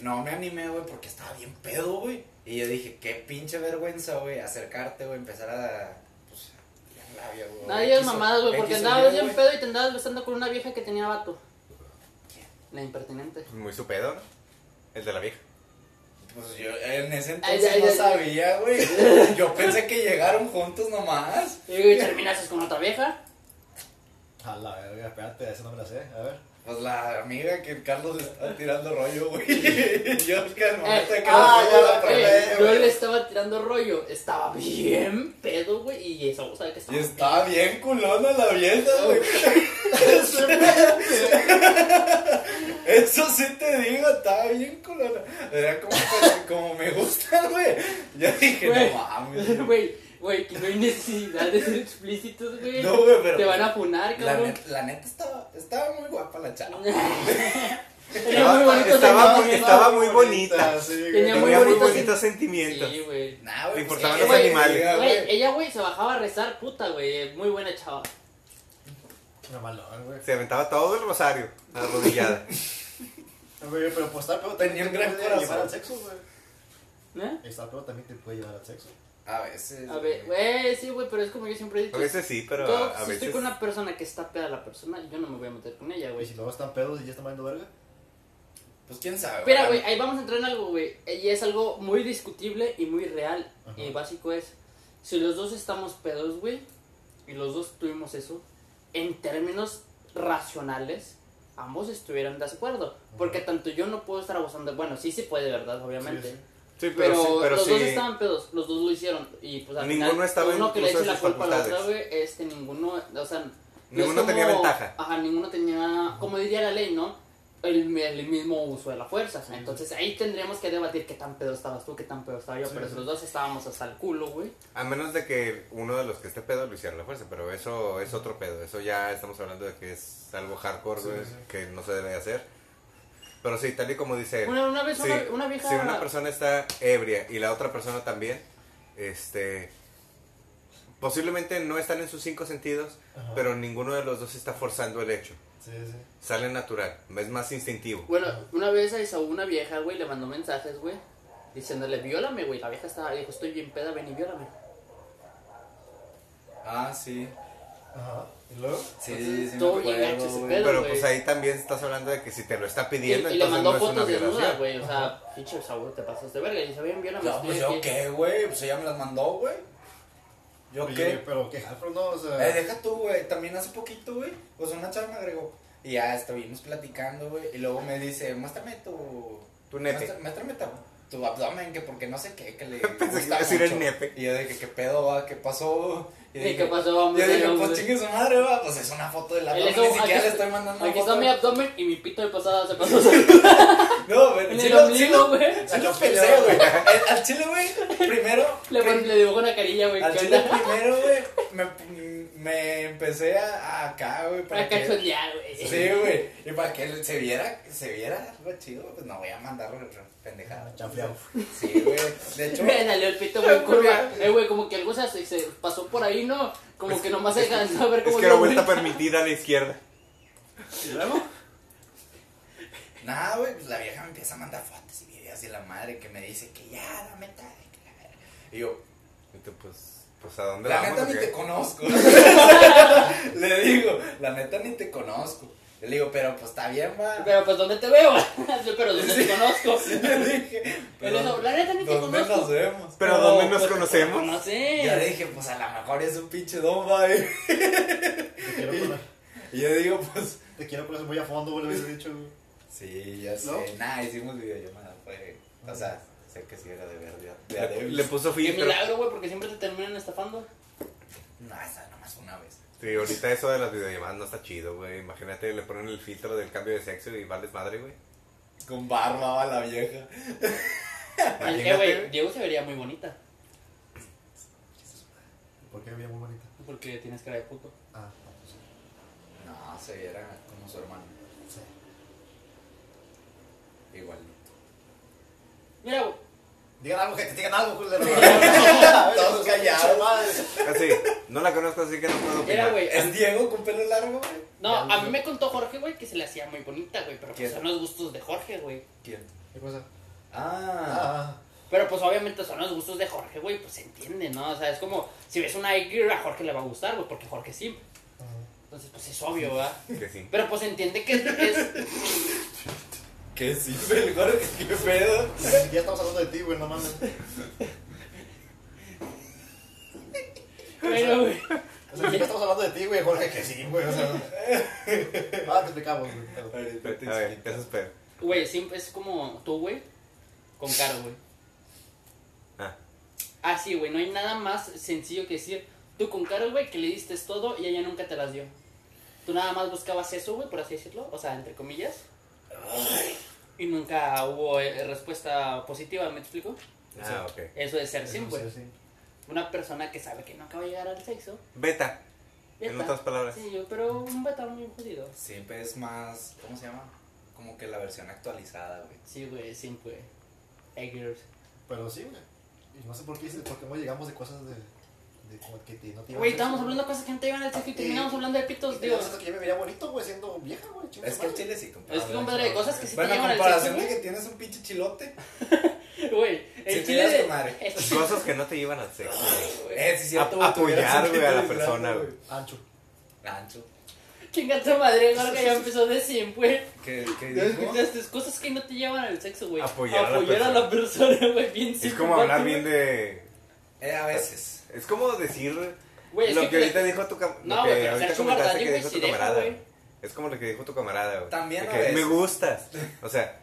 Speaker 4: no me animé, güey, porque estaba bien pedo, güey. Y yo dije, qué pinche vergüenza, güey, acercarte, güey, empezar a. Pues, tirar labia, güey.
Speaker 1: Nadie es
Speaker 4: X o-
Speaker 1: mamadas, güey, porque
Speaker 4: X o
Speaker 1: andabas
Speaker 4: Y,
Speaker 1: bien
Speaker 4: güey.
Speaker 1: pedo y te andabas besando con una vieja que tenía vato. La impertinente.
Speaker 2: Pues Muy su pedo, ¿no? El de la vieja.
Speaker 4: Pues yo en ese
Speaker 1: Ay,
Speaker 4: entonces
Speaker 1: ay,
Speaker 4: no
Speaker 1: ay, ay.
Speaker 4: sabía, güey. Yo pensé que llegaron juntos nomás.
Speaker 1: Y güey, terminaste con otra vieja.
Speaker 3: A la verga, espérate, esa no me la sé. A ver.
Speaker 4: Pues la amiga que el Carlos le está tirando rollo, güey. Yo que al momento de
Speaker 1: Eh,
Speaker 4: que
Speaker 1: ah, ya
Speaker 4: la
Speaker 1: la
Speaker 4: subo la
Speaker 1: eh,
Speaker 4: traía,
Speaker 1: Yo
Speaker 4: güey.
Speaker 1: le estaba tirando rollo. Estaba bien pedo, güey. Y esa voz sabe que
Speaker 4: Y
Speaker 1: estaba.
Speaker 4: estaba bien culona la vieja, güey. Eso sí te digo, estaba bien culona. Era como, como me gusta, güey. Yo dije,
Speaker 1: Güey.
Speaker 4: no mames. güey.
Speaker 1: Güey, güey, que no hay necesidad de ser explícitos, güey.
Speaker 4: No, güey, pero-
Speaker 1: Te van a funar,
Speaker 4: La
Speaker 1: cabrón.
Speaker 4: neta, la neta estaba, estaba muy guapa la chava.
Speaker 1: Tenía muy bonito
Speaker 2: Estaba-
Speaker 1: sentimiento.
Speaker 2: estaba muy bonita.
Speaker 3: sí, güey.
Speaker 1: Tenía muy
Speaker 2: Tenía muy
Speaker 1: bonito
Speaker 2: bonitos sentimientos.
Speaker 1: Sí, güey.
Speaker 4: Nah, güey,
Speaker 2: Le
Speaker 4: pues,
Speaker 2: importaban
Speaker 4: ¿qué
Speaker 1: los
Speaker 4: quieres
Speaker 2: animales.
Speaker 4: que diga,
Speaker 1: Güey,
Speaker 4: güey?
Speaker 1: ella, güey, se bajaba a rezar, puta, güey. Muy buena chava.
Speaker 3: Mamalón, güey.
Speaker 2: Se aventaba todo el rosario, arrodillada.
Speaker 3: Güey, Pero pues estar pedo
Speaker 4: Tenía
Speaker 3: también
Speaker 4: un gran
Speaker 3: te puede
Speaker 4: corazón.
Speaker 3: llevar al sexo, güey.
Speaker 1: ¿Eh?
Speaker 3: Estar pedo también te puede llevar al sexo.
Speaker 4: A veces.
Speaker 1: A ver, güey, sí, güey, pero es como yo siempre he dicho.
Speaker 2: A veces sí, pero
Speaker 1: yo,
Speaker 2: a, a
Speaker 1: si estoy
Speaker 2: veces.
Speaker 1: con una persona que está peda la persona, yo no me voy a meter con ella,
Speaker 3: Güey,
Speaker 1: güey.
Speaker 3: si luego están pedos y ya están mandando verga.
Speaker 4: Pues quién sabe.
Speaker 1: Espera, güey, ahí vamos a entrar en algo, güey. Eh, Y es algo muy discutible y muy real.
Speaker 3: Ajá.
Speaker 1: Y básico es, si los dos estamos pedos, güey, y los dos tuvimos eso, en términos racionales, ambos estuvieran de acuerdo. Porque tanto yo no puedo estar abusando, bueno, sí se puede, ¿verdad? Obviamente.
Speaker 3: Sí, sí.
Speaker 2: Sí, pero,
Speaker 1: Pero,
Speaker 2: sí, pero
Speaker 1: los
Speaker 2: sí.
Speaker 1: dos estaban pedos, los dos lo hicieron. Y pues al
Speaker 2: Ninguno
Speaker 1: final,
Speaker 2: estaba
Speaker 1: uno que le
Speaker 2: incluso
Speaker 1: eche
Speaker 2: en
Speaker 1: la
Speaker 2: sus
Speaker 1: culpa al otro, güey,
Speaker 2: facultades.
Speaker 1: es que ninguno, o sea, no es
Speaker 2: Ninguno tenía ventaja.
Speaker 1: Ajá, ninguno tenía, como diría la ley, ¿no? El, el mismo uso de la fuerza. Entonces ahí tendríamos que debatir qué tan pedo estabas tú, qué tan pedo estaba yo.
Speaker 3: Sí,
Speaker 1: pero
Speaker 3: sí.
Speaker 1: los dos estábamos hasta el culo, güey.
Speaker 2: A menos de que uno de los que esté pedo lo hiciera a la fuerza, pero eso es otro pedo. Eso ya estamos hablando de que es algo hardcore,
Speaker 3: Sí,
Speaker 2: güey,
Speaker 3: sí.
Speaker 2: que no se debe de hacer. Pero sí, tal y como dice. él,
Speaker 1: Una, una vez
Speaker 2: si-
Speaker 1: una, una vieja.
Speaker 2: Si una persona está ebria y la otra persona también, este. Posiblemente no están en sus cinco sentidos,
Speaker 3: Ajá.
Speaker 2: pero ninguno de los dos está forzando el hecho.
Speaker 3: Sí, sí.
Speaker 2: Sale natural, es más instintivo.
Speaker 1: Bueno, una vez a Esaú, una vieja, güey, le mandó mensajes, güey, diciéndole, viólame, güey. La vieja estaba, dijo, estoy bien peda, ven y viólame.
Speaker 4: Ah, sí.
Speaker 3: Ajá. ¿Y luego?
Speaker 4: Sí,
Speaker 1: Entonces,
Speaker 4: sí, me
Speaker 1: todo
Speaker 4: acuerdo,
Speaker 1: bien gacho ese
Speaker 4: güey.
Speaker 1: pedo.
Speaker 2: Pero
Speaker 1: güey.
Speaker 2: pues ahí también estás hablando de que si te lo está
Speaker 1: Y,
Speaker 2: pidiendo,
Speaker 1: y le
Speaker 2: entonces
Speaker 1: mandó
Speaker 2: no es una
Speaker 1: fotos desnudas,
Speaker 2: violación.
Speaker 1: güey. O sea, pinche sabor, te pasas de verga. Y dice, bien, bien,
Speaker 4: No, pues yo qué, güey. Pues ella me las mandó, güey. Yo
Speaker 3: Oye,
Speaker 4: qué.
Speaker 3: Pero qué jalfro, no, o
Speaker 1: Ah.
Speaker 3: sea.
Speaker 4: Eh, deja tú, güey. También hace poquito, güey. Pues una chava me agregó. Y ya estuvimos platicando, güey. Y luego me dice, muéstrame tu.
Speaker 2: Tu nepe.
Speaker 4: muestra- Muéstrame tu, tu abdomen, que porque no sé qué, que le.
Speaker 2: Pensé que iba
Speaker 4: gusta
Speaker 2: a decir el
Speaker 4: mucho.
Speaker 2: nepe.
Speaker 4: Y yo dije, ¿qué pedo va? ¿Qué pasó? Y
Speaker 1: ¿Y qué pasó? Vamos
Speaker 4: Yo
Speaker 1: de
Speaker 4: dije,
Speaker 1: nombre.
Speaker 4: pues chingue su madre, va. Pues es una foto del
Speaker 1: Él
Speaker 4: abdomen.
Speaker 1: es
Speaker 4: Ni
Speaker 1: como,
Speaker 4: siquiera
Speaker 1: aquí-
Speaker 4: le estoy mandando
Speaker 1: Aquí
Speaker 4: una
Speaker 1: está
Speaker 4: foto.
Speaker 1: mi abdomen y mi pito de pasada se pasó
Speaker 4: No,
Speaker 1: en
Speaker 4: güey. sí
Speaker 1: el
Speaker 4: lo- sí
Speaker 1: ombligo,
Speaker 4: lo-
Speaker 1: güey.
Speaker 4: sí lo pensé, güey. Al- Al chile, güey. Primero.
Speaker 1: Le, pon- le dibujó una carilla, güey.
Speaker 4: Al
Speaker 1: ¿qué
Speaker 4: chile
Speaker 1: onda?
Speaker 4: primero, güey, me, me empecé a, a acá, güey, para
Speaker 1: Para
Speaker 4: que...
Speaker 1: cachondear, güey.
Speaker 4: Sí, güey, y para que se viera, se viera algo chido, pues no voy a mandar pendejadas.
Speaker 3: ah, Chanfleado.
Speaker 4: Sí, güey, de hecho...
Speaker 1: Me salió el pito, güey, en curva. Eh, güey, como que algo se, hace- se pasó por ahí, ¿no? Como que nomás se cansó a ver
Speaker 2: Es
Speaker 1: cómo
Speaker 2: que la
Speaker 1: dio
Speaker 2: vuelta
Speaker 1: vuelta.
Speaker 2: permitida a la izquierda.
Speaker 4: Nada, güey, pues la vieja me empieza a mandar fotos y videos y la madre que me dice que ya, la meta de que la verga. Y yo,
Speaker 2: Y tú, pues, pues ¿a dónde
Speaker 4: la
Speaker 2: vamos?
Speaker 4: neta
Speaker 2: o
Speaker 4: ni
Speaker 2: qué?
Speaker 4: te conozco. le digo, la neta ni te conozco. Le digo, pero pues está bien, va.
Speaker 1: Pero pues, ¿dónde te veo? Pero ¿dónde
Speaker 4: Sí.
Speaker 1: te conozco?
Speaker 4: Le dije,
Speaker 1: Pero
Speaker 4: pero-
Speaker 1: eso, la neta ni te
Speaker 4: ¿Dónde nos
Speaker 1: conozco.
Speaker 4: vemos?
Speaker 2: Pero
Speaker 1: No,
Speaker 2: ¿dónde nos
Speaker 1: pues, No
Speaker 2: conocemos?
Speaker 1: sé.
Speaker 4: Yo dije, pues a lo mejor es un pinche don, güey.
Speaker 3: Te quiero con la-
Speaker 4: Y yo digo, pues.
Speaker 3: Te quiero con eso muy a fondo, güey, lo hubiese dicho, güey.
Speaker 4: Sí, ya sé.
Speaker 3: ¿No?
Speaker 4: Nada, hicimos videollamada, fue. O sea, sé que sí era de verdad. De a
Speaker 2: Le,
Speaker 4: Deus.
Speaker 2: le puso
Speaker 1: Qué
Speaker 2: filtro.
Speaker 1: milagro, güey, porque siempre te terminan estafando.
Speaker 4: No, esa nomás una vez.
Speaker 2: Sí, ahorita eso de las videollamadas no está chido, güey. Imagínate, le ponen el filtro del cambio de sexo y va al desmadre, güey.
Speaker 4: Con barba va la vieja.
Speaker 1: Ay, eh, güey,
Speaker 2: Imagínate.
Speaker 1: Diego se vería muy bonita.
Speaker 3: Porque había muy bonita.
Speaker 1: Porque tienes cara de puto.
Speaker 3: Ah, no, pues sí.
Speaker 4: No, se viera como su hermano.
Speaker 3: Sí.
Speaker 4: Igualito.
Speaker 1: Mira, güey.
Speaker 3: Digan algo, gente, digan algo, culero.
Speaker 4: Todos callados.
Speaker 2: Así, Ah, no la conozco, así que no puedo
Speaker 1: Mira,
Speaker 2: opinar.
Speaker 1: güey. a-
Speaker 4: ¿Es Diego con pelo largo, güey?
Speaker 1: No, a mí me contó Jorge, güey, que se le hacía muy bonita, güey. Pero pues
Speaker 4: ¿Quién?
Speaker 1: son los gustos de Jorge, güey.
Speaker 4: ¿Quién?
Speaker 3: ¿Qué cosa?
Speaker 4: Ah.
Speaker 3: Ah,
Speaker 1: Pero pues obviamente son los gustos de Jorge, güey. Pues se entiende, ¿no? O sea, es como si ves una X, a Jorge le va a gustar, güey, porque Jorge sí.
Speaker 3: ah.
Speaker 1: Entonces, pues es obvio, ¿verdad?
Speaker 2: Que sí.
Speaker 1: Pero pues entiende que es, es-
Speaker 4: ¿Qué sí, el Jorge? ¿Qué pedo?
Speaker 3: Ya estamos hablando de ti, güey, no mames.
Speaker 1: Pero, güey.
Speaker 3: O sea, ya estamos hablando de ti, güey, Jorge, que sí, güey. O sea, ah, te explicamos, güey. pero-
Speaker 4: Ahorita te
Speaker 2: A ver,
Speaker 4: explico.
Speaker 2: eso es pedo.
Speaker 1: Güey, siempre es como tú, güey, con caro, güey.
Speaker 2: Ah.
Speaker 1: Ah, sí, güey, no hay nada más sencillo que decir tú con Caro, güey, que le diste todo y ella nunca te las dio. Tú nada más buscabas eso, güey, por así decirlo, o sea, entre comillas. Y nunca hubo eh, respuesta positiva, ¿me explico?
Speaker 2: Ah, ok.
Speaker 1: Eso es ser simple.
Speaker 3: Sí, sí.
Speaker 1: Una persona que sabe que no acaba de llegar al sexo.
Speaker 2: Beta,
Speaker 1: ya
Speaker 2: en
Speaker 1: está.
Speaker 2: otras palabras.
Speaker 1: Sí, yo, pero un beta muy jodido.
Speaker 4: Siempre es más, ¿cómo se llama? Como que la versión actualizada, güey.
Speaker 1: Sí, güey, simple. Eggers.
Speaker 3: Pero sí, güey. Y no sé por qué, dices- por qué no llegamos de cosas de, de como que te- no te iban
Speaker 1: Güey,
Speaker 3: a hacer,
Speaker 1: estábamos hablando de cosas que no te iban al sexo y terminamos hablando de
Speaker 3: Y
Speaker 1: pitos,
Speaker 3: te digo,
Speaker 1: Dios.
Speaker 3: siento que yo me veía bonito, güey, siendo vieja, güey. chinga
Speaker 4: Es
Speaker 3: su
Speaker 4: que el
Speaker 3: madre.
Speaker 4: chile sí, compadre.
Speaker 1: Es que, compadre, hay cosas que sí te
Speaker 4: Bueno,
Speaker 1: llevan
Speaker 4: a
Speaker 1: al
Speaker 4: comparación
Speaker 1: sexo,
Speaker 4: de que
Speaker 1: güey.
Speaker 4: tienes un pinche chilote.
Speaker 1: Güey, el
Speaker 4: te
Speaker 1: chile
Speaker 4: llevas
Speaker 1: de-
Speaker 4: tu madre.
Speaker 1: el chile-
Speaker 2: Cosas que no te llevan al sexo.
Speaker 4: Eh, sí, cierto,
Speaker 2: A-
Speaker 4: güey,
Speaker 2: apoyar,
Speaker 4: tuvieras un
Speaker 2: güey,
Speaker 4: pito
Speaker 2: a la
Speaker 4: inflado,
Speaker 2: persona, güey.
Speaker 3: Ancho.
Speaker 4: Ancho.
Speaker 1: Chinga tu madre, Gorka, ya empezó de 100, güey.
Speaker 4: ¿Qué, qué
Speaker 1: ¿Ya
Speaker 4: dijo?
Speaker 1: escuchaste? Cosas que no te llevan al sexo, güey.
Speaker 2: Apoyar a la
Speaker 1: Apoyar a la persona, güey, bien
Speaker 2: Es como hablar bien de.
Speaker 4: Eh, a veces.
Speaker 2: Es como decir
Speaker 1: Güey, es
Speaker 2: lo que ahorita
Speaker 1: te-
Speaker 2: dijo tu cam-
Speaker 1: Pues, No,
Speaker 2: lo
Speaker 1: güey,
Speaker 2: que
Speaker 1: pero
Speaker 2: ahorita
Speaker 1: Sergio
Speaker 2: comentaste
Speaker 1: Martínez,
Speaker 2: que dijo
Speaker 1: güey,
Speaker 2: tu
Speaker 1: sí deja,
Speaker 2: camarada.
Speaker 1: güey.
Speaker 2: Es como lo que dijo tu camarada, güey.
Speaker 4: También
Speaker 2: De
Speaker 4: a
Speaker 2: que
Speaker 4: veces.
Speaker 2: me gustas. O sea,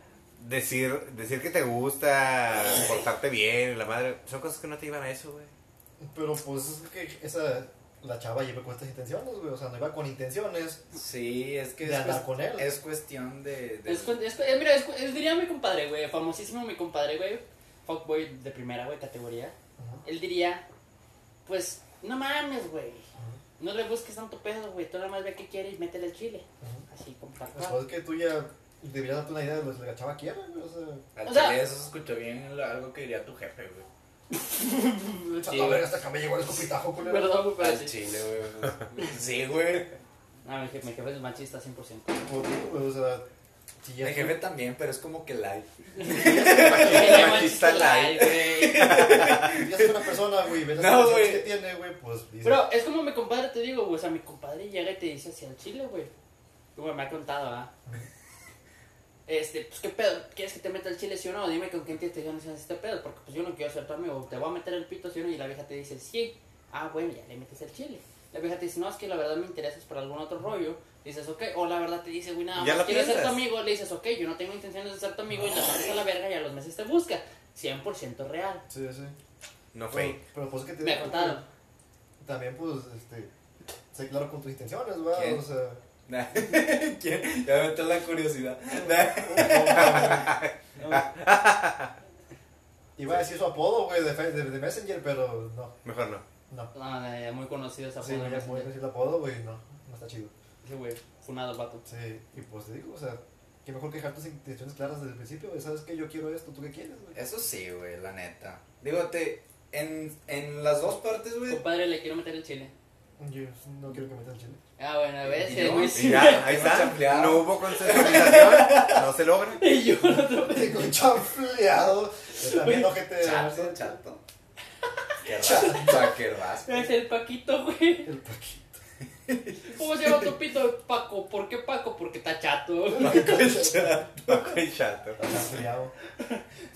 Speaker 2: decir decir que te gusta, portarte bien, la madre, son cosas que no te llevan a eso, güey.
Speaker 3: Pero pues es que esa. La chava lleva con estas intenciones, güey. O sea, no iba con intenciones.
Speaker 4: Sí, es que
Speaker 3: De
Speaker 4: es,
Speaker 3: andar
Speaker 4: cues-
Speaker 3: con él.
Speaker 4: es cuestión de. de-
Speaker 1: Es, cu- es cu- eh, mira, es, cu- es- diría mi compadre, güey, famosísimo mi compadre, güey, fuckboy de primera, güey, categoría.
Speaker 3: Ajá.
Speaker 1: Él diría, pues, no mames, güey, no le busques tanto pedo, güey, tú nada más ve qué quiere y métele el chile.
Speaker 3: Ajá.
Speaker 1: Así, compadre.
Speaker 3: Pues pues, es que tú ya deberías darte una idea de lo que la chava quiere, güey. O sea,
Speaker 4: Al
Speaker 1: o sea-
Speaker 4: chile, eso se escuchó bien lo- algo que diría tu jefe, güey.
Speaker 1: Sí,
Speaker 3: a
Speaker 1: güey.
Speaker 3: ver, hasta acá me llegó el Pues, escopitajo, culero.
Speaker 1: Perdón, güey, pero
Speaker 4: Al
Speaker 1: Pues sí.
Speaker 4: chile, güey. Sí, güey.
Speaker 1: No, mi jefe, mi jefe es machista 100%.
Speaker 3: Por ti, Pues, güey, O sea, si ya.
Speaker 4: El jefe también, pero es como que live.
Speaker 1: Machista
Speaker 2: Machista light.
Speaker 1: güey.
Speaker 3: Ya es una persona, güey, ves las
Speaker 4: No,
Speaker 3: intenciones
Speaker 4: güey.
Speaker 3: que tiene, güey, pues dices,
Speaker 1: Pero es como mi compadre, te digo, güey. O sea, mi compadre llega y te dice hacia el chile, güey. Güey, me ha contado, ¿ah? Este, pues qué pedo, ¿quieres que te meta el chile sí o no? Dime con qué intenciones haces este pedo, porque pues yo no quiero ser tu amigo, te voy a meter el pito sí o no, y la vieja te dice sí, ah bueno, ya le metes el chile. La vieja te dice, no, es que la verdad me interesas por algún otro rollo, dices ok, o la verdad te dice, güey, nada
Speaker 2: Ya
Speaker 1: más
Speaker 2: la
Speaker 1: quiero ser tu
Speaker 2: piensas.
Speaker 1: amigo, le dices ok, yo no tengo intenciones de ser tu amigo, y te mandas a la verga y a los meses te busca, 100% real.
Speaker 3: Sí, sí.
Speaker 2: No
Speaker 3: Pero,
Speaker 2: fake.
Speaker 3: pero pues que te
Speaker 1: Me contaron.
Speaker 3: También, pues, este. Sé claro con tus intenciones, güey.
Speaker 4: ¿Quién?
Speaker 3: O sea.
Speaker 4: Nah. ¿Quién? Ya me entró la curiosidad. Nah.
Speaker 3: Iba a decir su apodo, güey, de, fe- de, de Messenger, pero no.
Speaker 2: Mejor no.
Speaker 3: No.
Speaker 1: No, eh, muy conocido esa
Speaker 3: Sí,
Speaker 1: foto,
Speaker 3: güey, ya
Speaker 1: ¿no?
Speaker 3: voy a decir el apodo, güey, no. No está chido.
Speaker 1: Sí, güey, funado el vato.
Speaker 3: Sí, y pues te digo, o sea, qué mejor que dejar tus intenciones claras desde el principio, güey. Sabes que yo quiero esto, tú qué quieres, güey.
Speaker 4: Eso sí, güey, la neta. Digo, te, en, en las dos partes, güey.
Speaker 1: Compadre, le quiero meter el chile.
Speaker 3: Yo no quiero que me metan chile.
Speaker 1: Ah, bueno, a ver,
Speaker 4: ¿Y
Speaker 1: si es
Speaker 4: yo?
Speaker 1: muy
Speaker 2: Y
Speaker 1: simple.
Speaker 2: ya, ahí
Speaker 4: Hemos
Speaker 2: está.
Speaker 4: ampliado.
Speaker 2: No hubo consensualización, no se logra.
Speaker 1: Y yo no te
Speaker 3: Tengo chanfleado. Yo también, ojete.
Speaker 4: Chato, chato. Qué raspa, qué raspa.
Speaker 1: Es el Paquito, güey.
Speaker 3: El paquito.
Speaker 1: ¿Cómo se llama tu pito? Paco. ¿Por qué Paco? Porque está chato.
Speaker 2: Ok, chato.
Speaker 3: Chanfleado.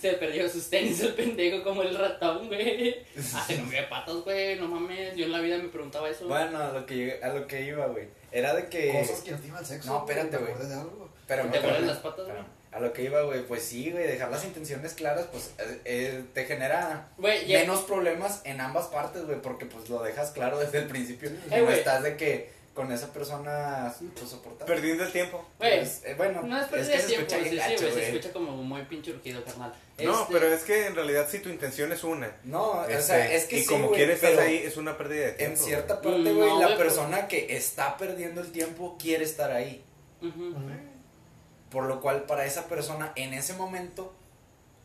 Speaker 1: Se perdió sus tenis el pendejo como el ratón, güey. Hace nombre de patas, güey. No mames. Yo en la vida me preguntaba eso.
Speaker 4: Bueno, a lo, que, yo- a lo que iba, güey. Era de que.
Speaker 3: Cosas que nos llevan al sexo.
Speaker 4: eh, No, espérate,
Speaker 3: ¿Te
Speaker 4: güey.
Speaker 3: acuerdas de algo?
Speaker 4: Pero
Speaker 1: ¿Te
Speaker 4: pero-
Speaker 1: vuelan las patas,
Speaker 4: pero-
Speaker 1: güey?
Speaker 4: A lo que iba, güey, pues sí, güey, dejar las intenciones claras, pues eh, eh, te genera
Speaker 1: Güey, ya-
Speaker 4: menos problemas en ambas partes, güey, porque pues lo dejas claro desde el principio.
Speaker 1: Eh,
Speaker 4: y no
Speaker 1: güey.
Speaker 4: estás de que con esa persona pues, soportar.
Speaker 2: Perdiendo el tiempo.
Speaker 1: Güey,
Speaker 4: Pues, eh, bueno,
Speaker 1: no es
Speaker 4: que
Speaker 1: pérdida de
Speaker 4: se
Speaker 1: tiempo.
Speaker 4: escucha
Speaker 1: Sí,
Speaker 4: bien
Speaker 1: sí,
Speaker 4: gacho,
Speaker 1: güey. Se
Speaker 4: güey.
Speaker 1: escucha como muy pinche urgido, carnal.
Speaker 2: No,
Speaker 1: Este,
Speaker 2: pero es que en realidad si tu intención es una.
Speaker 4: No, o sea,
Speaker 2: este,
Speaker 4: es que
Speaker 2: y
Speaker 4: sí,
Speaker 2: como
Speaker 4: güey,
Speaker 2: quieres
Speaker 4: pero
Speaker 2: estás ahí, es una pérdida de tiempo.
Speaker 4: En cierta
Speaker 1: güey.
Speaker 4: parte, güey,
Speaker 1: No,
Speaker 4: la
Speaker 1: güey,
Speaker 4: persona que está perdiendo el tiempo quiere estar ahí.
Speaker 1: ujú.
Speaker 4: Por lo cual, para esa persona, en ese momento,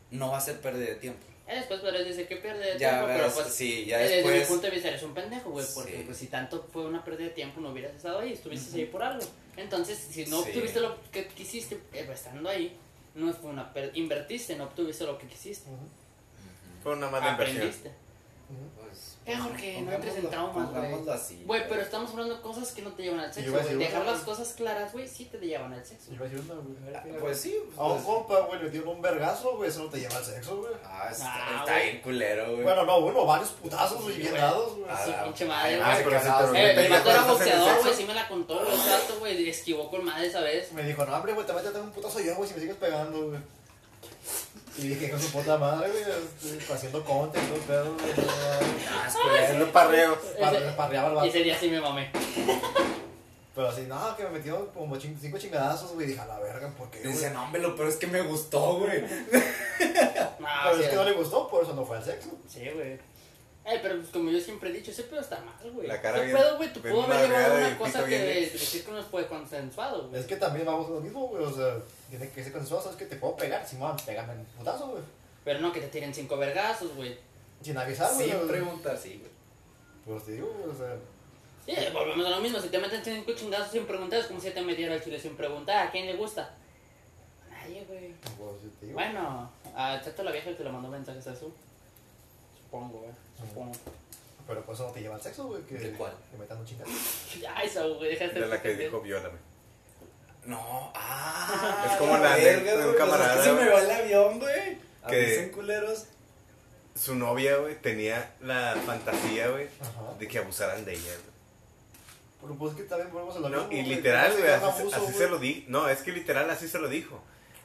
Speaker 4: no va a ser pérdida de tiempo.
Speaker 1: Ya después podrás decir pues, que pierde de
Speaker 4: Ya,
Speaker 1: tiempo, pero
Speaker 4: ves,
Speaker 1: pues
Speaker 4: sí, ya
Speaker 1: desde mi
Speaker 4: después.
Speaker 1: punto de vista eres un pendejo, güey, porque
Speaker 4: Sí.
Speaker 1: pues si tanto fue una pérdida de tiempo no hubieras estado ahí, estuviste ahí por algo. Entonces, si no
Speaker 4: Sí.
Speaker 1: obtuviste lo que quisiste eh, estando ahí, no fue una pérdida, invertiste, no obtuviste lo que quisiste.
Speaker 3: Ujú,
Speaker 2: Fue una mala inversión.
Speaker 1: Aprendiste.
Speaker 3: ujú.
Speaker 4: Pues, pues.
Speaker 1: Ya, Eh, Jorge, no entres en
Speaker 4: pongámoslo-
Speaker 1: traumas,
Speaker 4: pongámoslo
Speaker 1: güey.
Speaker 4: así. pues.
Speaker 1: Güey, pero estamos hablando de cosas que no te llevan al sexo,
Speaker 3: iba a
Speaker 1: güey.
Speaker 3: decir
Speaker 1: Dejar
Speaker 3: otra,
Speaker 1: las
Speaker 3: güey.
Speaker 1: cosas claras, güey, sí te llevan al sexo.
Speaker 3: Yo iba a decir una, güey.
Speaker 4: Ah, Pues sí.
Speaker 3: A un
Speaker 4: Pues,
Speaker 2: Oh.
Speaker 3: compa, güey, le dieron un vergazo, güey. Eso no te lleva al sexo, güey.
Speaker 4: ah,
Speaker 1: Ah,
Speaker 4: está, está
Speaker 1: güey.
Speaker 4: bien culero, güey.
Speaker 3: Bueno, no, uno, varios putazos, güey, bien dados, güey.
Speaker 1: Ah, sí,
Speaker 4: la-
Speaker 1: pinche madre,
Speaker 4: ay,
Speaker 1: güey.
Speaker 4: ay,
Speaker 2: pero
Speaker 4: qué
Speaker 2: sí te lo
Speaker 4: asco.
Speaker 2: metes.
Speaker 1: Eh, el vato era
Speaker 2: ¿Vas a hacer el
Speaker 1: boxeador, güey,
Speaker 2: sexo?
Speaker 1: sí me la contó, güey. El vato, güey, esquivó con madre esa vez.
Speaker 3: Me dijo, no, hombre, güey, te voy a dar un putazo yo, güey, si me sigues pegando, güey. Y dije, con su puta madre, güey, este, haciendo conte y todo el pedo, güey. no, no,
Speaker 4: Ah, es
Speaker 2: Haciendo parreos.
Speaker 3: parre- Parreaba al
Speaker 1: Ese
Speaker 3: vato.
Speaker 1: día sí me mamé.
Speaker 3: Pero así, no, que me metió como ching- cinco chingadazos, güey. Dije, a la verga, ¿por qué,
Speaker 4: Le
Speaker 3: güey?
Speaker 4: Dice, no, hombre, lo peor es que me gustó, güey. "Ah,
Speaker 1: No,
Speaker 3: Pero
Speaker 1: sí,
Speaker 3: es que
Speaker 4: eh".
Speaker 3: no le gustó, por eso no fue al sexo.
Speaker 1: Sí, güey. Eh, pero pues como yo siempre he dicho, ese pedo está mal, güey.
Speaker 2: La cara
Speaker 1: Ese
Speaker 2: bien-
Speaker 1: pedo, güey, tú
Speaker 2: bien
Speaker 1: pudo haber llevado
Speaker 2: madreada y
Speaker 1: una
Speaker 2: el
Speaker 1: cosa
Speaker 2: pito
Speaker 1: que
Speaker 2: bien
Speaker 1: de
Speaker 2: hecho.
Speaker 1: decir que no fue consensuado, güey.
Speaker 3: Es que también vamos a lo mismo, güey. O sea, tiene que ser consensuado, ¿sabes? Que te puedo pegar, Simón, pégame un putazo, güey.
Speaker 1: Pero no que te tiren cinco vergazos, güey.
Speaker 3: Sin
Speaker 2: Ah,
Speaker 3: avisar, güey.
Speaker 4: Sin preguntar, sí, güey.
Speaker 3: Pues te digo, güey, o sea.
Speaker 1: Sí, volvemos a lo mismo. Si te meten cinco chingazos sin preguntar, es como si te metiera al chile sin preguntar. ¿A quién le gusta? A nadie, güey.
Speaker 3: Pues yo te digo.
Speaker 1: Bueno, a- excepto la vieja que le mandó mensajes a su. Supongo, güey. Supongo.
Speaker 3: Pero por eso no te lleva al sexo, güey. Que
Speaker 4: ¿De cuál?
Speaker 3: Que metan un chingazo.
Speaker 1: Ay, esa, güey, dejaste
Speaker 2: De la que dijo, viólame.
Speaker 4: No, ah.
Speaker 2: Es como la de- de un
Speaker 4: güey, pues,
Speaker 2: camarada,
Speaker 4: es que se
Speaker 2: güey.
Speaker 4: me va el avión, güey.
Speaker 2: Que-
Speaker 4: Avisen culeros.
Speaker 2: Su novia, güey, tenía la fantasía, güey,
Speaker 3: Ajá.
Speaker 2: de que abusaran de ella, güey.
Speaker 3: Pero pues que también volvemos a lo
Speaker 2: No,
Speaker 3: mismo.
Speaker 2: y
Speaker 3: güey,
Speaker 2: literal,
Speaker 3: que
Speaker 2: güey,
Speaker 3: es un
Speaker 2: así, así
Speaker 3: abuso,
Speaker 2: se
Speaker 3: güey.
Speaker 2: lo di. No, es que literal así se lo dijo.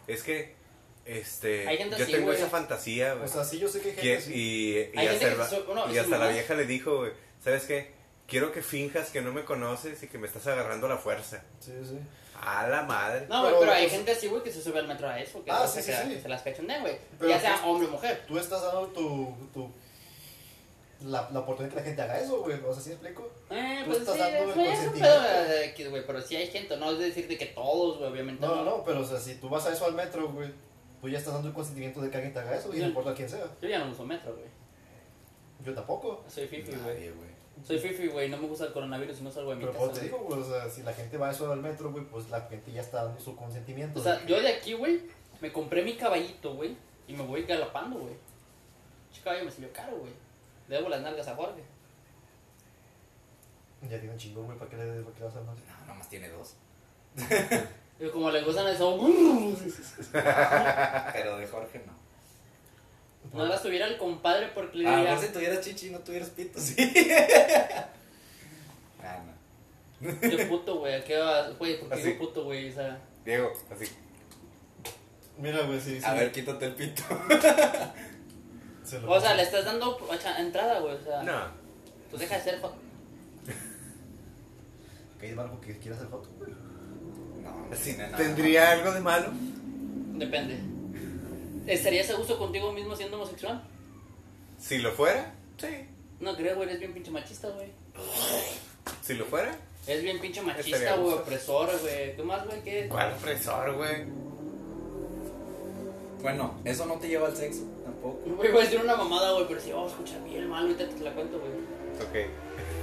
Speaker 2: Es que, este,
Speaker 1: Hay gente
Speaker 2: yo
Speaker 1: así,
Speaker 2: tengo
Speaker 1: güey.
Speaker 2: esa fantasía, güey.
Speaker 3: O sea, sí, yo sé que hay
Speaker 2: Que-
Speaker 3: gente. así.
Speaker 2: y y
Speaker 1: Hay gente
Speaker 2: hasta,
Speaker 1: que
Speaker 2: el va-
Speaker 1: so- bueno,
Speaker 2: y
Speaker 1: es
Speaker 2: hasta la
Speaker 1: mamá.
Speaker 2: vieja le dijo, güey, ¿sabes qué? Quiero que finjas que no me conoces y que me estás agarrando a la fuerza.
Speaker 3: Sí, sí.
Speaker 2: A la madre.
Speaker 1: No, güey,
Speaker 3: Pero,
Speaker 1: pero, hay
Speaker 3: pues,
Speaker 1: gente así, güey, que se sube al metro a eso. Que
Speaker 3: Ah,
Speaker 1: no
Speaker 3: sí,
Speaker 1: se
Speaker 3: sí,
Speaker 1: queda-
Speaker 3: sí.
Speaker 1: que se las cachondean, güey.
Speaker 3: Pero,
Speaker 1: Ya sea
Speaker 3: pues,
Speaker 1: hombre o mujer.
Speaker 3: Tú estás dando tu. tu la, la oportunidad que la gente haga eso, güey. O sea, ¿sí me explico?
Speaker 1: Eh,
Speaker 3: tú
Speaker 1: pues sí,
Speaker 3: estás dando el
Speaker 1: güey, es un
Speaker 3: consentimiento.
Speaker 1: pedo de X, güey, pero sí hay gente, no es decir de que todos, güey, obviamente.
Speaker 3: No, no, no, pero o sea, si tú vas a eso al metro, güey, tú ya estás dando el consentimiento de que alguien te haga eso, y no
Speaker 1: Sí.
Speaker 3: importa quién sea.
Speaker 1: Yo ya no uso metro, güey.
Speaker 3: Yo tampoco.
Speaker 1: Soy fifi, güey.
Speaker 4: Nadie, güey.
Speaker 1: Soy fifi, güey, no me gusta el coronavirus y no salgo de mi
Speaker 3: Pero
Speaker 1: casa.
Speaker 3: pues te
Speaker 1: güey.
Speaker 3: digo, güey, o sea, si la gente va a eso al metro, güey, pues la gente ya está dando su consentimiento.
Speaker 1: O sea,
Speaker 3: de que-
Speaker 1: yo de aquí, güey, me compré mi caballito, güey, y me voy galopando, güey. Ese caballo me salió caro, güey. Le Debo las nalgas a Jorge.
Speaker 3: Ya tiene un chingo, güey, ¿para qué le para qué le vas a dar más?
Speaker 4: No, nomás tiene dos.
Speaker 1: Y como le gustan ¡uh! eso,
Speaker 4: Pero de Jorge no.
Speaker 1: no las tuviera el compadre porque le
Speaker 3: Ah,
Speaker 4: A lo
Speaker 1: diría.
Speaker 4: mejor si tuvieras chichi y Ah, no tuvieras pito, sí. ah, no.
Speaker 1: Qué puto, güey, ¿a qué vas? Güey,
Speaker 3: ¿Ah,
Speaker 1: porque
Speaker 2: Así.
Speaker 1: qué puto, güey, o sea.
Speaker 2: Diego, así.
Speaker 3: Mira, güey, sí, sí.
Speaker 4: A ver, quítate el pito.
Speaker 3: se lo
Speaker 1: O sea,
Speaker 3: paso.
Speaker 1: le estás dando o sea, entrada, güey, o sea.
Speaker 2: No.
Speaker 1: Pues deja de ser. jo-
Speaker 3: ¿Qué es algo que quieras hacer foto, güey?
Speaker 4: No, no
Speaker 2: Así,
Speaker 4: tiene nada.
Speaker 2: ¿Tendría algo de malo?
Speaker 1: Depende. ¿Estarías a gusto contigo mismo siendo homosexual?
Speaker 2: Si lo fuera, sí.
Speaker 1: No creo, güey, eres bien pinche machista, güey.
Speaker 2: Si lo fuera,
Speaker 1: Es bien pinche
Speaker 2: Estaría
Speaker 1: machista,
Speaker 2: a
Speaker 1: güey,
Speaker 2: gusto.
Speaker 1: opresor, güey. ¿Qué más, güey? ¿Qué es?
Speaker 2: ¿cuál fresor, güey?
Speaker 4: Bueno, eso no te lleva al sexo tampoco.
Speaker 1: Güey, voy a decir una mamada, güey, pero si vamos a escuchar bien mal, ahorita te la cuento, güey.
Speaker 2: Ok.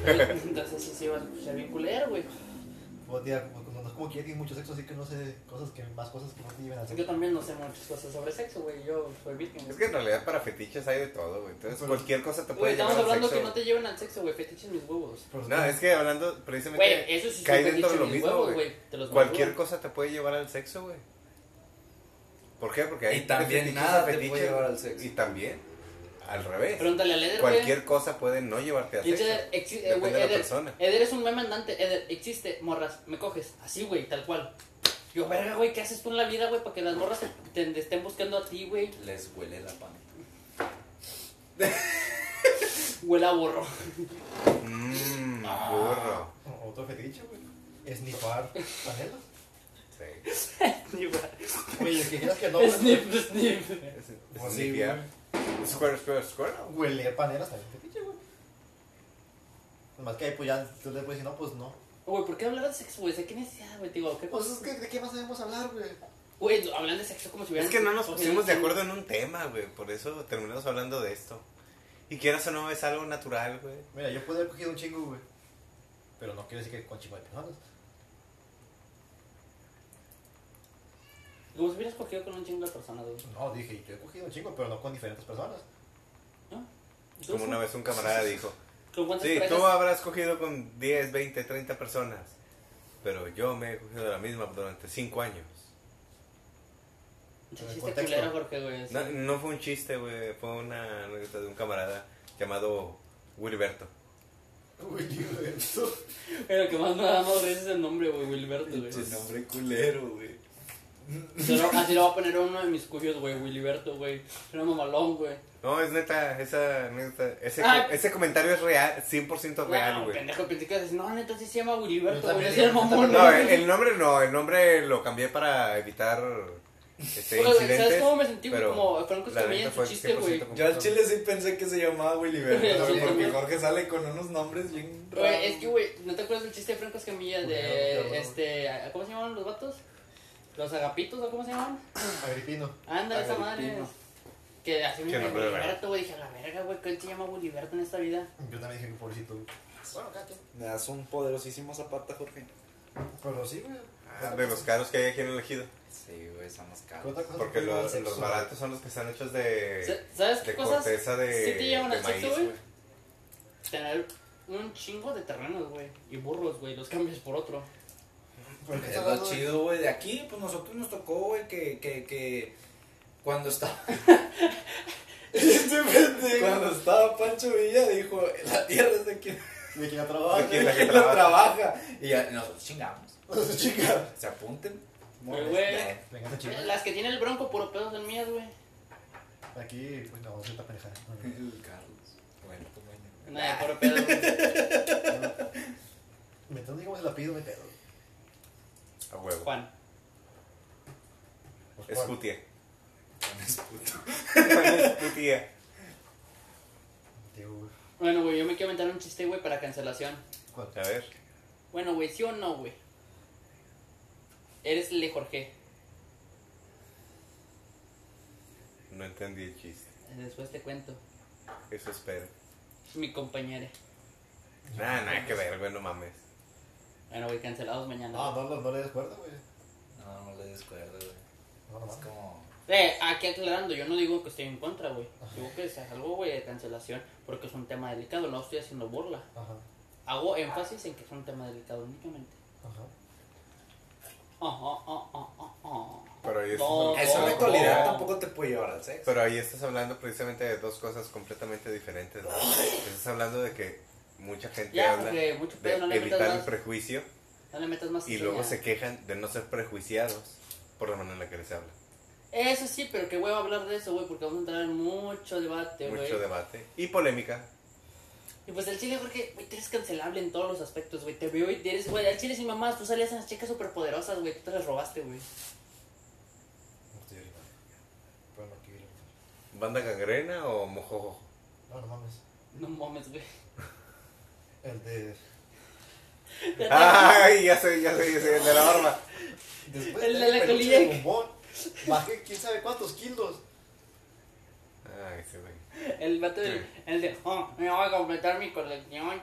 Speaker 1: Entonces sí, sí, vas a escuchar bien culero, güey.
Speaker 3: Pues, tía, como- como no es como que ya tiene mucho sexo, así que no sé cosas que, más cosas que no te lleven a
Speaker 1: Yo
Speaker 3: sexo.
Speaker 1: también no sé muchas cosas sobre sexo, güey. Yo soy virgen.
Speaker 2: Es
Speaker 1: güey.
Speaker 2: que en realidad para fetiches hay de todo, güey. Entonces cualquier cosa te
Speaker 1: Güey,
Speaker 2: puede
Speaker 1: estamos
Speaker 2: llevar al
Speaker 1: hablando
Speaker 2: sexo.
Speaker 1: que no te llevan al sexo, güey. Fetiches mis huevos.
Speaker 3: Pero,
Speaker 2: No, es que hablando precisamente
Speaker 1: Güey, eso sí es un
Speaker 2: cae dentro de
Speaker 1: fetiche
Speaker 2: lo
Speaker 1: mis
Speaker 2: mismo,
Speaker 1: huevos,
Speaker 2: güey.
Speaker 1: güey. Te los
Speaker 2: Cualquier
Speaker 1: maduro.
Speaker 2: cosa te puede llevar al sexo, güey. ¿Por qué? Porque hay
Speaker 4: Y también
Speaker 2: fetiches
Speaker 4: nada
Speaker 2: a
Speaker 4: te
Speaker 2: fetiches,
Speaker 4: puede llevar al
Speaker 2: güey.
Speaker 4: sexo.
Speaker 2: Y también al revés.
Speaker 1: Pregúntale a Leder, güey.
Speaker 2: Cualquier cosa puede no llevarte al sexo.
Speaker 1: Pinche Eder, exi- eh,
Speaker 2: Depende
Speaker 1: güey,
Speaker 2: de la
Speaker 1: Eder,
Speaker 2: persona.
Speaker 1: Eder es un meme andante. Eder, existe, morras, me coges. Así, güey, tal cual. Yo, verga, güey, ¿qué haces tú en la vida, güey? Para que las morras te, te estén buscando a ti, güey.
Speaker 4: Les huele la pan.
Speaker 1: Huele a borro.
Speaker 2: Mmm,
Speaker 4: Ah.
Speaker 2: burro.
Speaker 3: O- Otro fetiche, güey. Snifar panelas.
Speaker 2: Sí.
Speaker 3: Oye, el que quieras que no. güey,
Speaker 1: snip, snip.
Speaker 3: Pues sí,
Speaker 2: Snipear. Square, square, square.
Speaker 3: Hueler panelas también es fetiche, güey. Nomás que ahí, pues ya tú le puedes decir, no, pues no.
Speaker 1: Güey, ¿por qué hablar de sexo, güey? ¿De qué necesidad, güey? Te Digo, ¿qué
Speaker 3: Pues es que, ¿de qué más debemos hablar, güey?
Speaker 1: Güey, hablan de sexo como si hubieran...
Speaker 2: Es que no nos
Speaker 1: o sea,
Speaker 2: pusimos de acuerdo en un tema, güey. Por eso terminamos hablando de esto. Y quieras o no, es algo natural, güey.
Speaker 3: Mira, yo puedo haber cogido un chingo, güey. Pero no quiero decir que con chingo de personas.
Speaker 1: Como si hubieras cogido con un chingo de personas, güey.
Speaker 3: No, dije, yo he cogido un chingo, pero no con diferentes personas.
Speaker 1: ¿No?
Speaker 2: Como una vez un camarada dijo.
Speaker 1: ¿Con cuántas
Speaker 2: Sí,
Speaker 1: parejas?
Speaker 2: tú habrás cogido con 10, 20, 30 personas. Pero yo me he cogido la misma durante 5 años.
Speaker 1: Pinche
Speaker 3: En el
Speaker 1: chiste
Speaker 3: contexto.
Speaker 1: culero, Jorge, güey.
Speaker 2: No, no fue un chiste, güey. Fue una anécdota de un camarada llamado Wilberto.
Speaker 3: Güey, digo, eso.
Speaker 1: Pero que más me da más risa es el nombre, güey, Wilberto, güey.
Speaker 4: Pinche nombre culero, güey.
Speaker 1: Se lo- Así lo voy a poner a uno de mis cuyos, güey, Wilberto, güey. Era mamalón, güey.
Speaker 2: No, es neta, esa anécdota- Ese,
Speaker 1: Ah.
Speaker 2: ese comentario es real, 100% real,
Speaker 1: Bueno,
Speaker 2: güey.
Speaker 1: pendejo, pensé que decías, no, neta, sí se llama
Speaker 3: Yo
Speaker 1: Wilberto, güey.
Speaker 3: también,
Speaker 1: Ese es el
Speaker 3: yo
Speaker 1: mamón,
Speaker 3: también.
Speaker 2: No,
Speaker 1: güey.
Speaker 2: el, el nombre no, el nombre lo cambié para evitar este,
Speaker 1: Pero,
Speaker 2: incidentes.
Speaker 1: ¿Sabes cómo me sentí, güey?
Speaker 2: pero
Speaker 1: Como Franco
Speaker 2: la
Speaker 1: Escamilla en
Speaker 2: neta
Speaker 1: su
Speaker 2: fue
Speaker 1: chiste, güey.
Speaker 2: 100%
Speaker 4: Yo al chile sí pensé que se llamaba Willy Berto,
Speaker 1: Sí,
Speaker 4: güey, porque
Speaker 1: también.
Speaker 4: Jorge sale con unos nombres bien raros.
Speaker 1: Güey, es que, güey, ¿no te acuerdas del chiste de Franco Escamilla
Speaker 3: Culero,
Speaker 1: de,
Speaker 3: cabrón.
Speaker 1: este, ¿cómo se llamaban los vatos? ¿Los agapitos o cómo se llamaban?
Speaker 3: Agripino.
Speaker 1: Ándale, esa madre.
Speaker 4: Agripino.
Speaker 1: Que así me
Speaker 2: Qué nombre raro.
Speaker 1: Boliberto, güey, dije, a la verga, güey, ¿quién se llama Boliberto en esta vida?
Speaker 3: Yo también dije que pobrecito. güey. Bueno, cállate.
Speaker 4: Me das un poderosísimo zapata, Jorge.
Speaker 3: Pero sí, güey.
Speaker 2: Ah, de los caros que hay aquí en el ejido.
Speaker 4: Sí, güey, son los caros.
Speaker 3: ¿Cuántas cosas
Speaker 2: Porque
Speaker 3: que
Speaker 2: lo-
Speaker 3: tienen
Speaker 2: los,
Speaker 3: sexo?
Speaker 2: baratos son los que están hechos
Speaker 1: Sa-
Speaker 2: de,
Speaker 1: ¿Sabes qué
Speaker 2: de
Speaker 1: cosas?
Speaker 2: corteza de,
Speaker 1: sí te llevan
Speaker 2: de
Speaker 1: al
Speaker 2: maíz,
Speaker 1: sexo, güey.
Speaker 2: güey.
Speaker 1: Tener un chingo de terrenos, güey, y burros, güey, los cambias por otro.
Speaker 3: Pero que
Speaker 4: Es
Speaker 3: estás hablando
Speaker 4: lo
Speaker 3: de-
Speaker 4: chido, güey. De aquí, pues nosotros nos tocó, güey, que, que, que cuando estaba. cuando estaba Pancho Villa dijo, la tierra es de quien,
Speaker 3: De quien la
Speaker 4: de
Speaker 3: trabaja.
Speaker 4: quien la, trabaja. Y ya, nosotros chingamos.
Speaker 3: Su chica.
Speaker 4: Se apunten.
Speaker 1: Muy güey.
Speaker 3: Venga, esa chica.
Speaker 1: Las que tiene el bronco, puro pedo son mías, güey.
Speaker 3: Aquí, pues no, cierta pareja. No, no.
Speaker 4: El Carlos. Bueno, pues bueno.
Speaker 1: Nada, puro pedo, güey.
Speaker 3: Mientras no digamos el apellido, me pedo.
Speaker 2: A huevo.
Speaker 1: Juan.
Speaker 3: Pues,
Speaker 2: Es
Speaker 3: Juan.
Speaker 2: cutia.
Speaker 4: Es puto.
Speaker 2: Es cutia.
Speaker 3: Digo, güey.
Speaker 1: Bueno, güey, yo me quiero inventar un chiste, güey, para cancelación.
Speaker 3: ¿Cuál?
Speaker 2: A ver.
Speaker 1: Bueno, güey, ¿sí o no, güey? Eres Le Jorge.
Speaker 2: No entendí el chiste.
Speaker 1: Después te cuento.
Speaker 2: Eso espero.
Speaker 1: Mi compañera.
Speaker 2: Nada, nada que ver, güey, no mames.
Speaker 1: Bueno, güey, cancelados mañana.
Speaker 3: No, no, no, no le des cuerda, güey.
Speaker 4: No, no le descuerdo, güey.
Speaker 3: No, no,
Speaker 4: Es
Speaker 3: no.
Speaker 4: como.
Speaker 1: Eh, aquí aclarando, yo no digo que estoy en contra, güey. Digo que es algo, güey, de cancelación, porque es un tema delicado, no estoy haciendo burla.
Speaker 3: Ajá,
Speaker 1: Hago énfasis en que es un tema delicado únicamente.
Speaker 3: ajá.
Speaker 1: Oh, oh, oh, oh, oh, oh.
Speaker 2: Pero ahí, estás-
Speaker 1: No.
Speaker 4: Esa
Speaker 1: no,
Speaker 4: mentalidad
Speaker 1: no.
Speaker 4: tampoco te puede llevar al sexo.
Speaker 2: pero ahí estás hablando precisamente de dos cosas completamente diferentes. ¿no? Estás hablando de que mucha gente
Speaker 1: Ya,
Speaker 2: habla
Speaker 1: porque mucho
Speaker 2: de
Speaker 1: pedo, no le metas
Speaker 2: evitar el
Speaker 1: más.
Speaker 2: prejuicio
Speaker 1: No le metas más
Speaker 2: y
Speaker 1: así,
Speaker 2: luego
Speaker 1: ya.
Speaker 2: se quejan de no ser prejuiciados por la manera en la que les habla.
Speaker 1: Eso sí, pero que voy a hablar de eso, güey, porque vamos a entrar en mucho debate, güey.
Speaker 2: Mucho debate y polémica.
Speaker 1: Y pues el chile, Jorge, güey, tú eres cancelable en todos los aspectos, güey. Te veo y eres, güey, al chile sin mamás, tú salías en las chicas superpoderosas, güey, tú te las robaste, güey.
Speaker 3: No estoy orinando. Pero no quiero.
Speaker 2: ¿Banda gangrena o mojojo?
Speaker 3: No, no mames.
Speaker 1: No mames, güey.
Speaker 3: El de.
Speaker 2: Ay, ya sé, ya sé, ya sé, el de la barba.
Speaker 3: Después
Speaker 1: El de
Speaker 3: tener
Speaker 1: la
Speaker 3: peluche
Speaker 1: colilla.
Speaker 3: de bombón, Bajé quién sabe cuántos kilos.
Speaker 2: Ay, ese güey.
Speaker 1: El vato del, el de, oh, me voy a completar mi colección.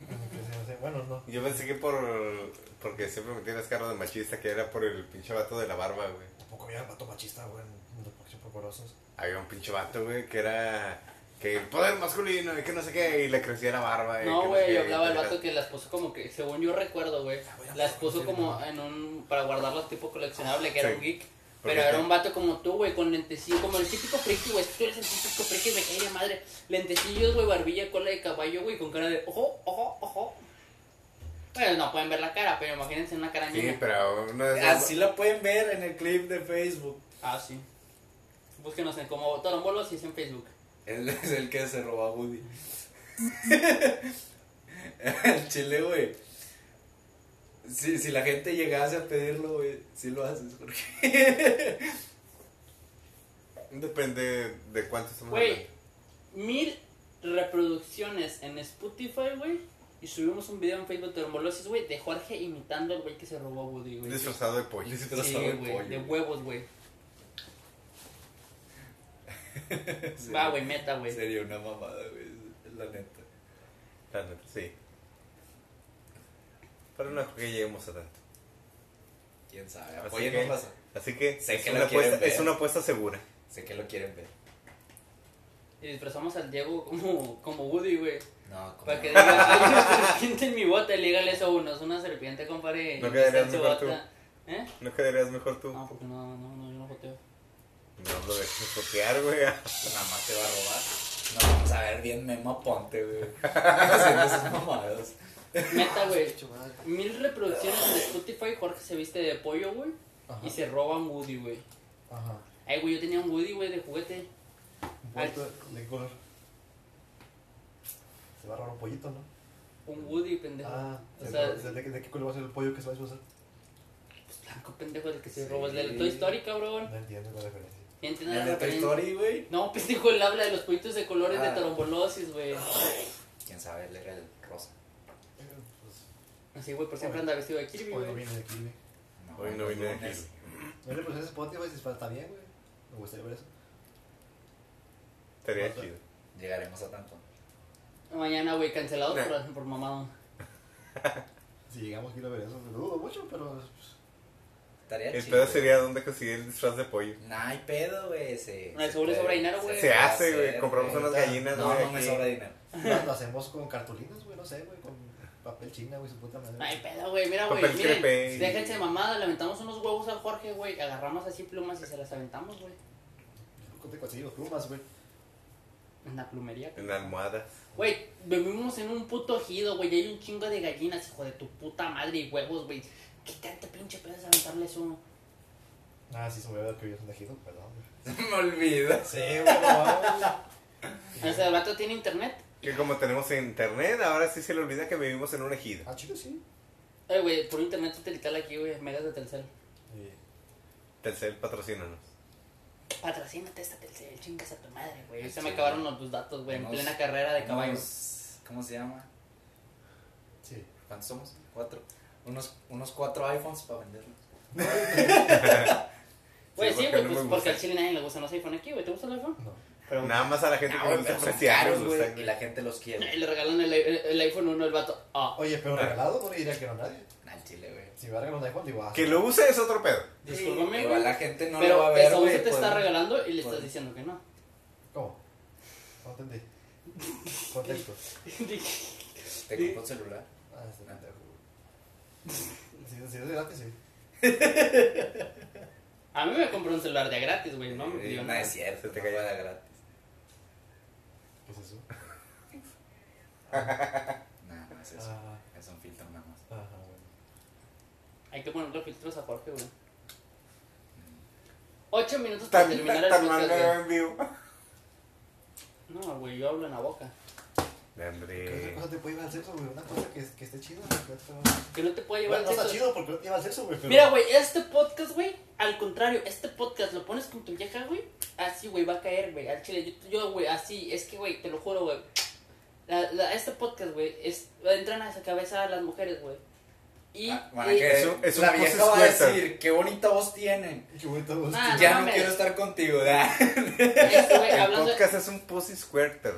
Speaker 3: Empecé a hacer- Bueno, no.
Speaker 2: Yo pensé que por. Porque siempre me tienes carro de machista, que era por el pinche vato de la barba, güey.
Speaker 3: Tampoco había vato machista, güey, en los Parques Poporosos.
Speaker 2: Había un pinche vato, güey, que era. Que el poder masculino, y que no sé qué, y le crecía la barba. y que
Speaker 1: No,
Speaker 2: sé
Speaker 1: güey,
Speaker 2: qué,
Speaker 1: yo hablaba del
Speaker 2: y-
Speaker 1: vato que las puso como que, según yo recuerdo, güey, las puso como en un, para guardarlas tipo coleccionable, que era
Speaker 2: Sí.
Speaker 1: un geek.
Speaker 2: Porque
Speaker 1: Pero era
Speaker 2: te-
Speaker 1: un vato como tú, güey, con lentecillos, como el típico friki, güey, es que tú eres el típico friki, me cae de madre. Lentecillos, güey, barbilla, cola de caballo, güey, con cara de, ojo, ojo, ojo. Bueno, no pueden ver la cara, pero imagínense una cara
Speaker 2: Sí,
Speaker 1: niña.
Speaker 2: pero uno de esos-
Speaker 4: Así la pueden ver en el clip de Facebook.
Speaker 1: Ah, sí. Búsquenos en como Torombolos y es en Facebook.
Speaker 4: Él es el que se robó a Woody. el chile, güey. Si, si la gente llegase a pedirlo, güey, sí lo haces, Jorge.
Speaker 2: Depende de cuánto estamos
Speaker 1: Güey,
Speaker 2: hablando.
Speaker 1: mil reproducciones en Spotify, güey. Y subimos un video en Facebook de Hermolosis, güey, de Jorge imitando al güey que se robó a Woody, güey.
Speaker 2: Disfrazado de pollo.
Speaker 1: Sí,
Speaker 4: disfrazado de
Speaker 1: güey,
Speaker 4: pollo,
Speaker 1: de
Speaker 4: güey.
Speaker 1: huevos, güey.
Speaker 4: Sí.
Speaker 1: Va, güey, meta, güey.
Speaker 4: Sería una mamada, güey, la neta.
Speaker 2: La neta, sí. Pero no creo que lleguemos a tanto.
Speaker 4: Quién sabe,
Speaker 1: Pues
Speaker 2: Así
Speaker 4: apóyennos,
Speaker 2: que-
Speaker 4: raza.
Speaker 2: Así que,
Speaker 4: Sé
Speaker 2: es,
Speaker 4: que
Speaker 2: una
Speaker 4: lo quieren
Speaker 2: apuesta,
Speaker 4: ver.
Speaker 2: es una apuesta segura.
Speaker 4: Sé que lo quieren ver.
Speaker 1: y disfrazamos al Diego como, como Woody, güey.
Speaker 4: No, como.
Speaker 1: Para que diga, hay una serpiente en mi bota, y dígale eso a uno, es una serpiente, compadre.
Speaker 5: No
Speaker 1: y está en
Speaker 5: quedarías
Speaker 1: su
Speaker 5: mejor tú.
Speaker 1: bota. ¿Eh?
Speaker 5: ¿No quedarías mejor tú?
Speaker 1: No, porque no, no, no, yo no joteo.
Speaker 5: No lo dejes copiar, güey.
Speaker 4: Nada más te va a robar. No, vamos a ver bien Memo Ponte, güey. Haciendo esas mamadas.
Speaker 1: Meta, güey. Mil reproducciones de Spotify, Jorge se viste de pollo, güey.
Speaker 3: Ajá.
Speaker 1: Y se roba un Woody, güey.
Speaker 3: Ajá.
Speaker 1: Ay, güey, yo tenía un Woody, güey, de juguete.
Speaker 3: Un
Speaker 1: Ay.
Speaker 3: pollito de color. Se va a robar un pollito, ¿no?
Speaker 1: Un Woody, pendejo.
Speaker 3: Ah,
Speaker 1: o
Speaker 3: el-
Speaker 1: sea,
Speaker 3: el- ¿de, qué- de qué color va a ser el pollo que se va a disfrazar?
Speaker 1: pues, blanco, pendejo, el que se
Speaker 4: Sí.
Speaker 1: roba. El de la Toy Story, cabrón.
Speaker 3: No entiendo la referencia.
Speaker 1: Ya entiendo la
Speaker 4: El de Toy
Speaker 1: referencia.
Speaker 4: Story, güey.
Speaker 1: No, pendejo, él habla de los pollitos de colores de
Speaker 4: Ah.
Speaker 1: trombolosis, güey.
Speaker 4: Quién sabe, él era el rosa.
Speaker 3: Eh, Pues,
Speaker 1: Así, güey, por siempre anda vestido de Kirby,
Speaker 3: hoy no
Speaker 1: güey.
Speaker 3: viene de aquí, güey. pues,
Speaker 5: Hoy no vine de aquí.
Speaker 4: lunes.
Speaker 3: No le procesas Spotify, güey, si está bien, güey. Me gustaría ver eso.
Speaker 5: Estaría chido.
Speaker 4: Llegaremos a tanto.
Speaker 1: Mañana, güey, cancelado
Speaker 5: Nah.
Speaker 1: por, por mamado.
Speaker 3: Si llegamos, quiero ver eso. Lo dudo mucho, pero. pues,
Speaker 4: Estaría
Speaker 5: El
Speaker 4: chido,
Speaker 5: pedo
Speaker 4: güey.
Speaker 5: sería dónde conseguir el disfraz de pollo.
Speaker 4: Nah, hay pedo, güey. Se,
Speaker 1: Ay,
Speaker 4: se
Speaker 1: seguro
Speaker 4: puede-
Speaker 1: sobra dinero, güey.
Speaker 5: Se hace, güey.
Speaker 4: hacer,
Speaker 5: Compramos
Speaker 4: güey.
Speaker 5: unas gallinas,
Speaker 4: No,
Speaker 5: güey.
Speaker 4: no me
Speaker 5: aquí.
Speaker 4: sobra dinero.
Speaker 3: Lo lo hacemos con cartulinas, güey, no sé, güey, con papel china, güey, su puta madre.
Speaker 1: No hay pedo, güey. Mira, güey.
Speaker 5: Papel
Speaker 1: Miren,
Speaker 5: crepe.
Speaker 1: déjense de mamada. Le aventamos unos huevos a Jorge, güey. Agarramos así plumas y se las aventamos, güey.
Speaker 3: ¿Cómo te conseguimos plumas, güey?
Speaker 1: En la plumería.
Speaker 5: En almohadas.
Speaker 1: Güey, vivimos en un puto ejido, güey. y Hay un chingo de gallinas, hijo de tu puta madre y huevos, güey. ¿Qué tanto pinche pedo es aventarles uno?
Speaker 3: Ah, sí, se me había olvidado que vivías en Ejido, perdón, güey.
Speaker 4: me olvida.
Speaker 3: Sí, güey, no,
Speaker 1: O sea, el vato tiene internet.
Speaker 5: Que como tenemos internet, ahora sí se le olvida que vivimos en un ejido.
Speaker 3: Ah, chido, sí.
Speaker 1: Ay, güey, por internet satelital aquí, güey. Megas de Telcel.
Speaker 3: Sí.
Speaker 5: Telcel, patrocínanos.
Speaker 1: Patrocínate esta Telcel, chingas a tu madre, güey. Se me
Speaker 4: Sí.
Speaker 1: acabaron los tus datos, güey. En
Speaker 4: Unos-
Speaker 1: plena carrera de caballos.
Speaker 4: Unos- ¿Cómo se llama?
Speaker 3: Sí.
Speaker 4: ¿Cuántos somos? Cuatro. Unos, unos cuatro iPhones para venderlos.
Speaker 1: Güey, sí,
Speaker 5: porque
Speaker 1: güey, pues
Speaker 5: no
Speaker 1: porque
Speaker 5: me gusta.
Speaker 1: al chile nadie le gustan los iPhone aquí, güey. ¿Te gustan los iPhone?
Speaker 3: No.
Speaker 1: Pero
Speaker 5: Nada más a la gente
Speaker 4: Ah,
Speaker 5: que le
Speaker 4: güey,
Speaker 5: gusta
Speaker 4: pero son
Speaker 5: apreciar.
Speaker 4: caros,
Speaker 5: les
Speaker 4: güey,
Speaker 5: gusta,
Speaker 4: Y
Speaker 5: güey.
Speaker 4: la gente los quiere.
Speaker 1: Y le regalaron el, el iPhone 1 el vato. Ah,
Speaker 3: Oye, pero
Speaker 5: Ah.
Speaker 3: regalado no le diría que no a nadie.
Speaker 4: Al chile, güey.
Speaker 3: Si me va a regalar un iPhone, digo, ah,
Speaker 5: Que lo use es otro pedo.
Speaker 1: discúlpame,
Speaker 4: Igual
Speaker 1: güey.
Speaker 4: la gente no
Speaker 1: pero
Speaker 4: lo va a ver,
Speaker 1: Saúl
Speaker 4: güey.
Speaker 1: se te está
Speaker 4: pues,
Speaker 1: regalando y le
Speaker 4: pues-
Speaker 1: estás diciendo que no.
Speaker 3: ¿Cómo? No entendí. Contexto.
Speaker 4: Te compró un celular.
Speaker 3: Ah, este pendejo, güey. Si, si es gratis, sí.
Speaker 1: A mí me compró un celular de gratis, güey. No me
Speaker 4: Eh,
Speaker 1: dio
Speaker 4: no
Speaker 1: nada.
Speaker 4: es cierto,
Speaker 5: Se te
Speaker 4: te
Speaker 5: cayó.
Speaker 4: cayó de gratis.
Speaker 3: ¿Qué es eso?
Speaker 4: No, no es eso.
Speaker 3: Ah,
Speaker 4: Es un filtro nada más.
Speaker 3: ajá, bueno.
Speaker 1: Hay que ponerle filtros a Jorge, güey. Ocho minutos para
Speaker 5: Tan,
Speaker 1: terminar el
Speaker 5: tan mal
Speaker 1: podcast,
Speaker 5: me
Speaker 1: güey.
Speaker 5: veo en vivo.
Speaker 1: No, güey, yo hablo en la boca.
Speaker 5: De
Speaker 4: Eh.
Speaker 3: ¿Qué otra
Speaker 5: Hombre.
Speaker 3: cosa te puede llevar al sexo, güey? Una cosa que, que esté chida, güey. que otra-
Speaker 1: Que no te puede llevar
Speaker 3: Bueno,
Speaker 1: el
Speaker 3: no está
Speaker 1: sexo.
Speaker 3: chido porque no te lleva al sexo, güey. pero-
Speaker 1: Mira, güey, este podcast, güey, al contrario, este podcast lo pones con tu vieja, güey, así, güey, va a caer, güey, al chile. Yo- Yo, güey, así, es que, güey, te lo juro, güey. La- la- este podcast, güey, es, entran a esa cabeza a las mujeres, güey. Y.
Speaker 4: Ah, van a
Speaker 1: y-
Speaker 4: creer.
Speaker 5: Es un- es un
Speaker 4: la vieja
Speaker 5: voz
Speaker 4: va a
Speaker 5: escueta.
Speaker 4: decir, qué bonita voz tienen.
Speaker 3: Qué bonita voz.
Speaker 1: Ah, no
Speaker 4: ya no
Speaker 1: mames.
Speaker 4: quiero estar contigo, ¿verdad?
Speaker 1: este, güey,
Speaker 5: El
Speaker 1: hablando.
Speaker 5: podcast es un pussy squirter.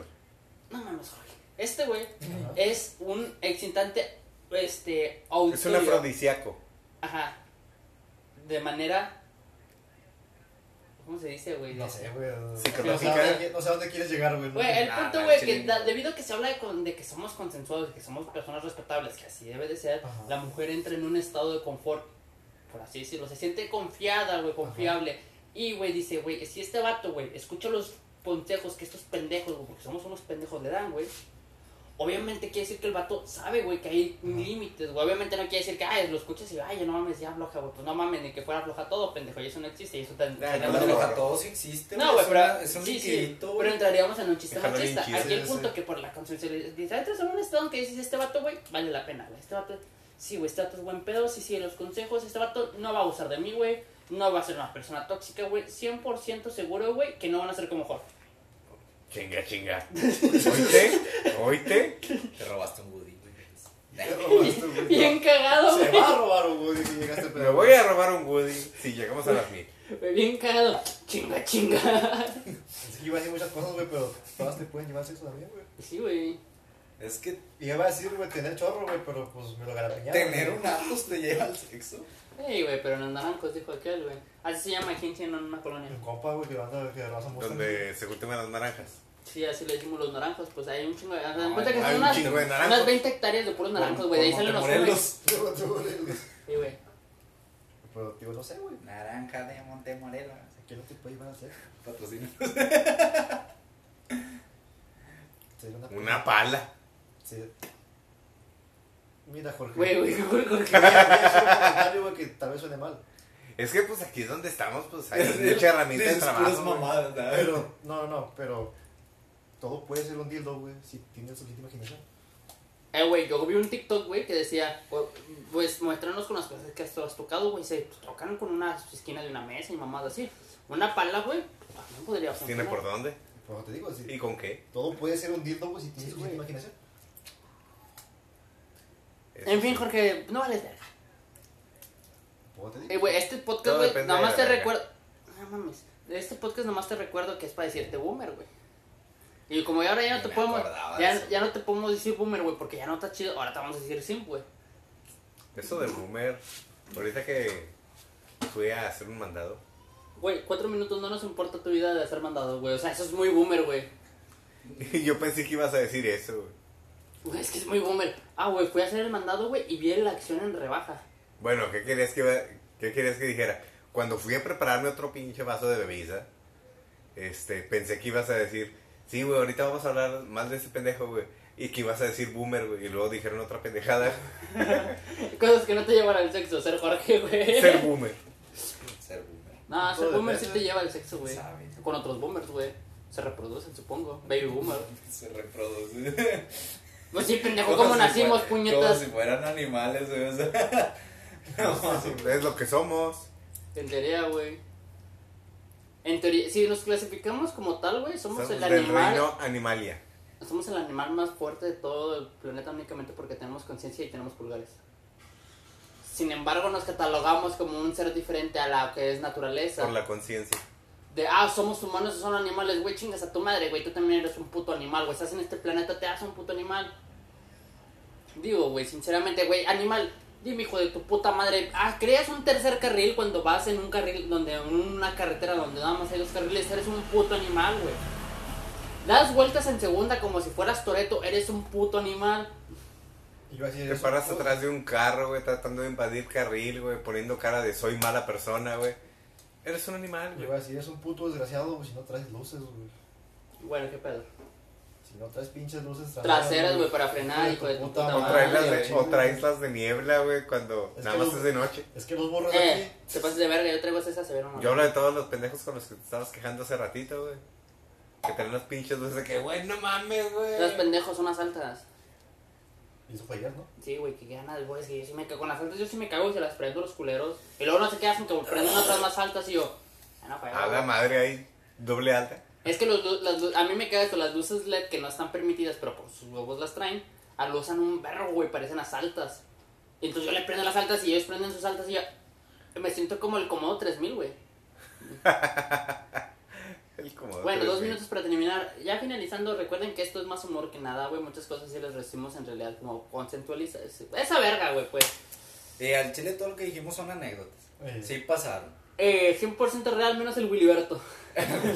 Speaker 1: No mames, Jorge. Este, güey,
Speaker 3: Ajá.
Speaker 1: es un excitante, este, auditorio.
Speaker 5: Es un afrodisíaco.
Speaker 1: Ajá. De manera. ¿Cómo se dice, güey?
Speaker 3: No sé, güey. no- No sé,
Speaker 5: Psicológica.
Speaker 3: a dónde, no sé a dónde quieres llegar, güey. ¿no?
Speaker 1: Güey, el
Speaker 4: Ah,
Speaker 1: punto,
Speaker 4: al
Speaker 1: güey,
Speaker 4: chile
Speaker 1: que
Speaker 4: no.
Speaker 1: da- debido a que se habla de, con- de que somos consensuados, de que somos personas respetables, que así debe de ser,
Speaker 3: Ajá.
Speaker 1: la mujer entra en un estado de confort, por así decirlo, se siente confiada, güey, confiable. Y, güey, dice, güey, si este vato, güey, escucha los consejos que estos pendejos, güey, porque somos unos pendejos, le dan, güey. Obviamente quiere decir que el vato sabe, güey, que hay límites, güey. Obviamente no quiere decir que, ay, lo escuchas y, ay, ya no mames, ya floja, güey. Pues no mames, ni que fuera floja todo, pendejo. Y eso no existe, y eso tan...
Speaker 5: Ay,
Speaker 1: tan-
Speaker 5: no,
Speaker 4: Los
Speaker 5: no,
Speaker 4: a todos existe.
Speaker 1: no, güey,
Speaker 4: es
Speaker 1: pero,
Speaker 4: una- es un
Speaker 1: sí, sí,
Speaker 4: liquidito,
Speaker 1: pero
Speaker 4: güey.
Speaker 1: entraríamos en un chiste
Speaker 5: Déjalo bien
Speaker 1: machista.
Speaker 5: chiste,
Speaker 1: Aquí el
Speaker 3: sí,
Speaker 1: punto
Speaker 3: sí.
Speaker 1: que por la consensualidad entras en un estado en que dices, este vato, güey, vale la pena, güey. Este vato, sí, güey, este vato es buen pedo, sí, sí, los consejos, este vato no va a abusar de mí, güey. No va a ser una persona tóxica, güey. 100% seguro, güey, que no van a ser como Jorge.
Speaker 5: Chinga, chinga. ¿Oíste? ¿Oíste?
Speaker 4: Te robaste un Woody, güey.
Speaker 3: Te robaste, güey.
Speaker 1: Bien cagado,
Speaker 3: Se
Speaker 1: güey.
Speaker 3: va a robar un güey que llegaste
Speaker 5: Me voy a robar un Woody si llegamos a las mil.
Speaker 1: Güey, Bien cagado. Chinga, chinga.
Speaker 3: Es que iba a decir muchas cosas, güey, pero todas te pueden llevar al sexo también, güey.
Speaker 1: Sí, güey.
Speaker 4: Es que
Speaker 3: Y iba a decir, güey, tener chorro, güey, pero pues me lo garapeñaba.
Speaker 4: tener
Speaker 3: güey.
Speaker 4: un Atos te lleva al sexo.
Speaker 1: Ey, güey, pero en los naranjos dijo aquel, güey. Así se llama aquí en China, en una colonia.
Speaker 3: Un compa, güey, que anda, que arrasa mucho.
Speaker 5: Donde se cultivan las naranjas.
Speaker 1: Sí, así le decimos los naranjos, pues hay un chingo de naranjos.
Speaker 4: No,
Speaker 1: cuenta que
Speaker 4: hay
Speaker 1: son
Speaker 2: un
Speaker 1: unas,
Speaker 2: chingo de naranjos.
Speaker 1: unas 20 hectáreas de puros naranjos, güey. De ahí salen los jóvenes.
Speaker 4: Morelos.
Speaker 1: Sí, güey.
Speaker 3: Pero, digo, no sé, güey.
Speaker 4: Naranja de Montemorelos.
Speaker 3: ¿Qué no te puede llevar a hacer?
Speaker 4: Patrocinio.
Speaker 3: Sería una...
Speaker 2: Una pala.
Speaker 3: Sí. Mira, Jorge.
Speaker 1: Güey, güey, güey, güey.
Speaker 3: Voy a hacer un comentario, güey, que tal vez suene mal.
Speaker 2: Es que pues aquí es donde estamos, pues hay mucha herramienta de
Speaker 4: Dices puras
Speaker 2: trabajo. güey.
Speaker 4: mamadas, ¿verdad?
Speaker 3: Pero, no, no, no, pero todo puede ser un dildo, güey, si tienes suficiente imaginación.
Speaker 1: Eh, güey, yo vi un TikTok, güey, que decía, o- pues muéstranos con las cosas que tú has tocado, güey. Se pues, tocaron con una esquina de una mesa y mamás así. Una pala, güey, también podría
Speaker 2: ¿Tiene
Speaker 1: funcionar.
Speaker 2: por dónde?
Speaker 3: Por eso te digo, si
Speaker 2: ¿Y con qué?
Speaker 3: todo puede ser un dildo, güey, si tienes
Speaker 1: Sí,
Speaker 3: suficiente
Speaker 1: güey.
Speaker 3: imaginación.
Speaker 2: Eso
Speaker 1: En fin,
Speaker 2: sí.
Speaker 1: Jorge, no vales verga.
Speaker 3: Por eso te
Speaker 1: Eh,
Speaker 3: digo.
Speaker 1: güey, este
Speaker 2: Todo
Speaker 1: podcast, güey,
Speaker 2: depende
Speaker 1: nada
Speaker 2: de
Speaker 1: más
Speaker 2: la
Speaker 1: te
Speaker 2: verga.
Speaker 1: recuerdo. No mames. Este podcast nada más te recuerdo que es para decirte boomer, güey. Y como ya ahora ya no
Speaker 4: Ni
Speaker 1: te
Speaker 4: me
Speaker 1: podemos.
Speaker 4: acordaba de
Speaker 1: Ya,
Speaker 4: eso.
Speaker 1: ya no te podemos decir boomer, güey, porque ya no está chido. Ahora te vamos a decir simp, güey.
Speaker 2: Eso de boomer. Ahorita que fui a hacer un mandado.
Speaker 1: Güey, cuatro minutos no nos importa tu vida de hacer mandados, güey. O sea, eso es muy boomer, güey.
Speaker 2: Y yo pensé que ibas a decir eso, güey.
Speaker 1: Güey, es que es muy boomer. Ah, güey, fui a hacer el mandado, güey, y vi la acción en rebaja.
Speaker 2: Bueno, ¿qué querías que, iba- qué querías que dijera? Cuando fui a prepararme otro pinche vaso de bebida, este, pensé que ibas a decir, sí, güey, ahorita vamos a hablar más de ese pendejo, güey. Y que ibas a decir boomer, güey. Y luego dijeron otra pendejada,
Speaker 1: Cosas que no te llevan al sexo, ser Jorge, güey.
Speaker 2: ser boomer.
Speaker 4: Ser boomer.
Speaker 1: No, ser
Speaker 3: Todo
Speaker 1: boomer sí
Speaker 3: depende.
Speaker 1: te lleva al sexo, güey.
Speaker 4: Sabe.
Speaker 1: Con otros boomers, güey. Se reproducen, supongo. Baby boomer.
Speaker 4: Se reproduce.
Speaker 1: Pues sí, pendejo, ¿cómo
Speaker 4: Como si
Speaker 1: nacimos,
Speaker 4: fuera- Como
Speaker 1: puñetas?
Speaker 4: si fueran animales, güey. O sea,
Speaker 2: Es lo que somos.
Speaker 1: En teoría, güey. En teoría, si nos clasificamos como tal, güey, somos,
Speaker 2: Somos
Speaker 1: el
Speaker 2: del
Speaker 1: animal.
Speaker 2: reino animalia.
Speaker 1: Somos el animal más fuerte de todo el planeta únicamente porque tenemos conciencia y tenemos pulgares. Sin embargo, nos catalogamos como un ser diferente a la que es naturaleza.
Speaker 2: Por la conciencia.
Speaker 1: De, ah, somos humanos, son animales, güey, chingas a tu madre, güey, tú también eres un puto animal, güey, estás en este planeta, te haces un puto animal. Digo, güey, sinceramente, güey, animal, dime, hijo de tu puta madre, ah, creas un tercer carril cuando vas en un carril, donde en una carretera donde nada más hay dos carriles, eres un puto animal, güey. Das vueltas en segunda como si fueras Toreto, eres un puto animal.
Speaker 3: Y yo así
Speaker 2: Te
Speaker 3: eso,
Speaker 2: paras
Speaker 3: güey.
Speaker 2: atrás de un carro, güey, tratando de invadir carril, güey, poniendo cara de soy mala persona, güey. Eres un animal,
Speaker 3: Yo
Speaker 2: güey.
Speaker 3: iba a decir, es un puto desgraciado, güey, si no traes luces, güey.
Speaker 1: Bueno, qué pedo.
Speaker 3: Si no traes pinches luces
Speaker 1: Traseras, güey, para frenar, hijo de tu puta
Speaker 2: O
Speaker 1: madre.
Speaker 2: traes las
Speaker 1: güey.
Speaker 2: de, o traes las de niebla, güey, cuando
Speaker 3: Es
Speaker 2: nada
Speaker 3: que
Speaker 2: más
Speaker 3: los-
Speaker 2: es de noche.
Speaker 3: Es que los borras
Speaker 1: Eh,
Speaker 3: Pues aquí.
Speaker 1: te pasas de verga, yo traigo esas, se vieron mal.
Speaker 2: Yo hablo de todos los pendejos con los que te estabas quejando hace ratito, güey. Que tienen las pinches luces de que, güey, no
Speaker 1: Los
Speaker 2: mames, güey.
Speaker 1: pendejos son las altas.
Speaker 3: Y eso fue ayer, ¿no?
Speaker 1: Sí, güey, que quedan al güey, que yo sí me cago con las altas, yo sí me cago y se las prendo los culeros. Y luego no se quedan, que prenden otras más altas y yo, ah, no,
Speaker 2: A la
Speaker 1: para
Speaker 2: madre ahí, doble alta.
Speaker 1: Es que los, lu- las lu- a mí me caga esto, las luces LED que no están permitidas, pero por sus huevos las traen, alusan un berro, güey, parecen las altas. Y entonces yo le prendo las altas y ellos prenden sus altas y yo, me siento como el Comodo 3000, güey.
Speaker 2: El comodo
Speaker 1: Bueno, dos
Speaker 2: 3000.
Speaker 1: minutos para terminar. Ya finalizando, recuerden que esto es más humor que nada, güey. Muchas cosas sí las recibimos en realidad como consensualiza. Esa verga, güey, pues.
Speaker 4: y Eh, al chile todo lo que dijimos son anécdotas.
Speaker 3: Eh.
Speaker 4: Sí pasaron.
Speaker 1: Eh, 100% real, menos el Willyberto.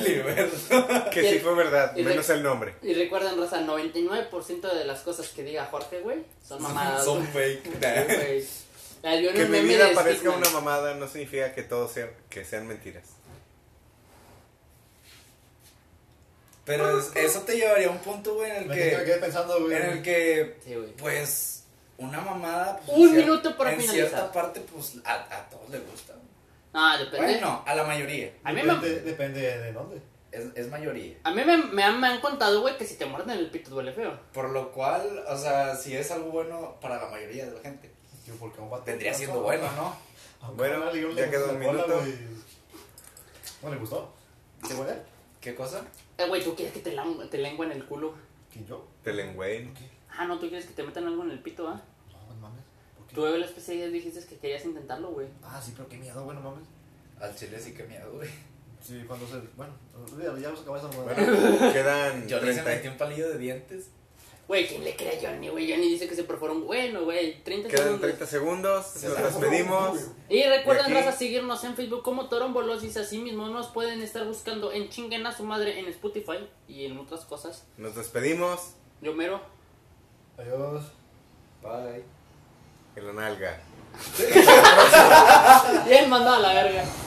Speaker 4: Liberto.
Speaker 2: Que sí fue verdad,
Speaker 1: Y- y-
Speaker 2: menos el nombre.
Speaker 1: Y recuerden, raza, 99% de las cosas que diga Jorge, güey, son mamadas.
Speaker 4: Son
Speaker 1: güey.
Speaker 4: fake.
Speaker 1: Sí, güey. Ay, yo en
Speaker 2: Que
Speaker 1: un
Speaker 2: mi
Speaker 1: meme
Speaker 2: vida
Speaker 1: de
Speaker 2: parezca
Speaker 1: Stickman.
Speaker 2: una mamada no significa que todo sea, que sean mentiras.
Speaker 4: Pero es- eso te llevaría a un punto, güey, en el
Speaker 3: Me quedé me
Speaker 4: que.
Speaker 3: quedé pensando, güey.
Speaker 4: En el que.
Speaker 1: Sí, güey.
Speaker 4: Pues. Una mamada. pues,
Speaker 1: Un
Speaker 4: en cier-
Speaker 1: minuto para
Speaker 4: en
Speaker 1: finalizar.
Speaker 4: cierta parte, pues a, a todos les gusta. güey.
Speaker 1: No, depende.
Speaker 4: Bueno, a la mayoría.
Speaker 1: a mí,
Speaker 3: depende,
Speaker 1: me,
Speaker 3: depende de dónde.
Speaker 4: Es, es mayoría.
Speaker 1: a mí me, me han, me han contado, güey, que si te muerden el pito duele feo.
Speaker 4: Por lo cual, o sea, si es algo bueno para la mayoría de la gente,
Speaker 3: Tío, porque a un vato-
Speaker 4: vendría siendo bueno, ¿no?
Speaker 3: A un
Speaker 2: Bueno,
Speaker 3: canal y yo le
Speaker 2: ya quedó
Speaker 3: gusta
Speaker 2: un
Speaker 3: la cola,
Speaker 2: minuto.
Speaker 3: güey. ¿No le gustó? ¿Se fue él?
Speaker 4: ¿Qué cosa?
Speaker 1: Eh, güey, tú quieres que te, lang- te lenguen el culo.
Speaker 3: ¿Quién yo?
Speaker 2: Telengüey.
Speaker 1: Ah, no, tú quieres que te metan algo en el pito, ¿ah?
Speaker 3: No, no mames. ¿Por qué?
Speaker 1: Tú de la especialidad dijiste que querías intentarlo, güey.
Speaker 3: Ah, sí, pero qué miedo, bueno, mames.
Speaker 4: Al chile sí que miedo, güey.
Speaker 3: Sí, cuando se. Bueno, olvídalo, ya vamos a acabar esa mamada.
Speaker 2: Bueno, quedan
Speaker 4: Yo le hice metí
Speaker 2: 30.
Speaker 4: un palillo de dientes.
Speaker 1: Güey, ¿quién le cree a Johnny, güey? Johnny dice que se perforó un... Bueno, güey, 30
Speaker 2: Quedan
Speaker 1: segundos.
Speaker 2: 30 segundos, nos
Speaker 5: salvó.
Speaker 2: despedimos.
Speaker 1: Y recuerden,
Speaker 2: Y aquí-
Speaker 1: vas a seguirnos en Facebook como Torombolos y así mismo nos pueden estar buscando en chinguen a su madre en Spotify y en otras cosas.
Speaker 2: Nos despedimos
Speaker 1: Yo mero.
Speaker 3: Adiós.
Speaker 4: Bye.
Speaker 2: en la nalga.
Speaker 1: Bien mandado a la verga.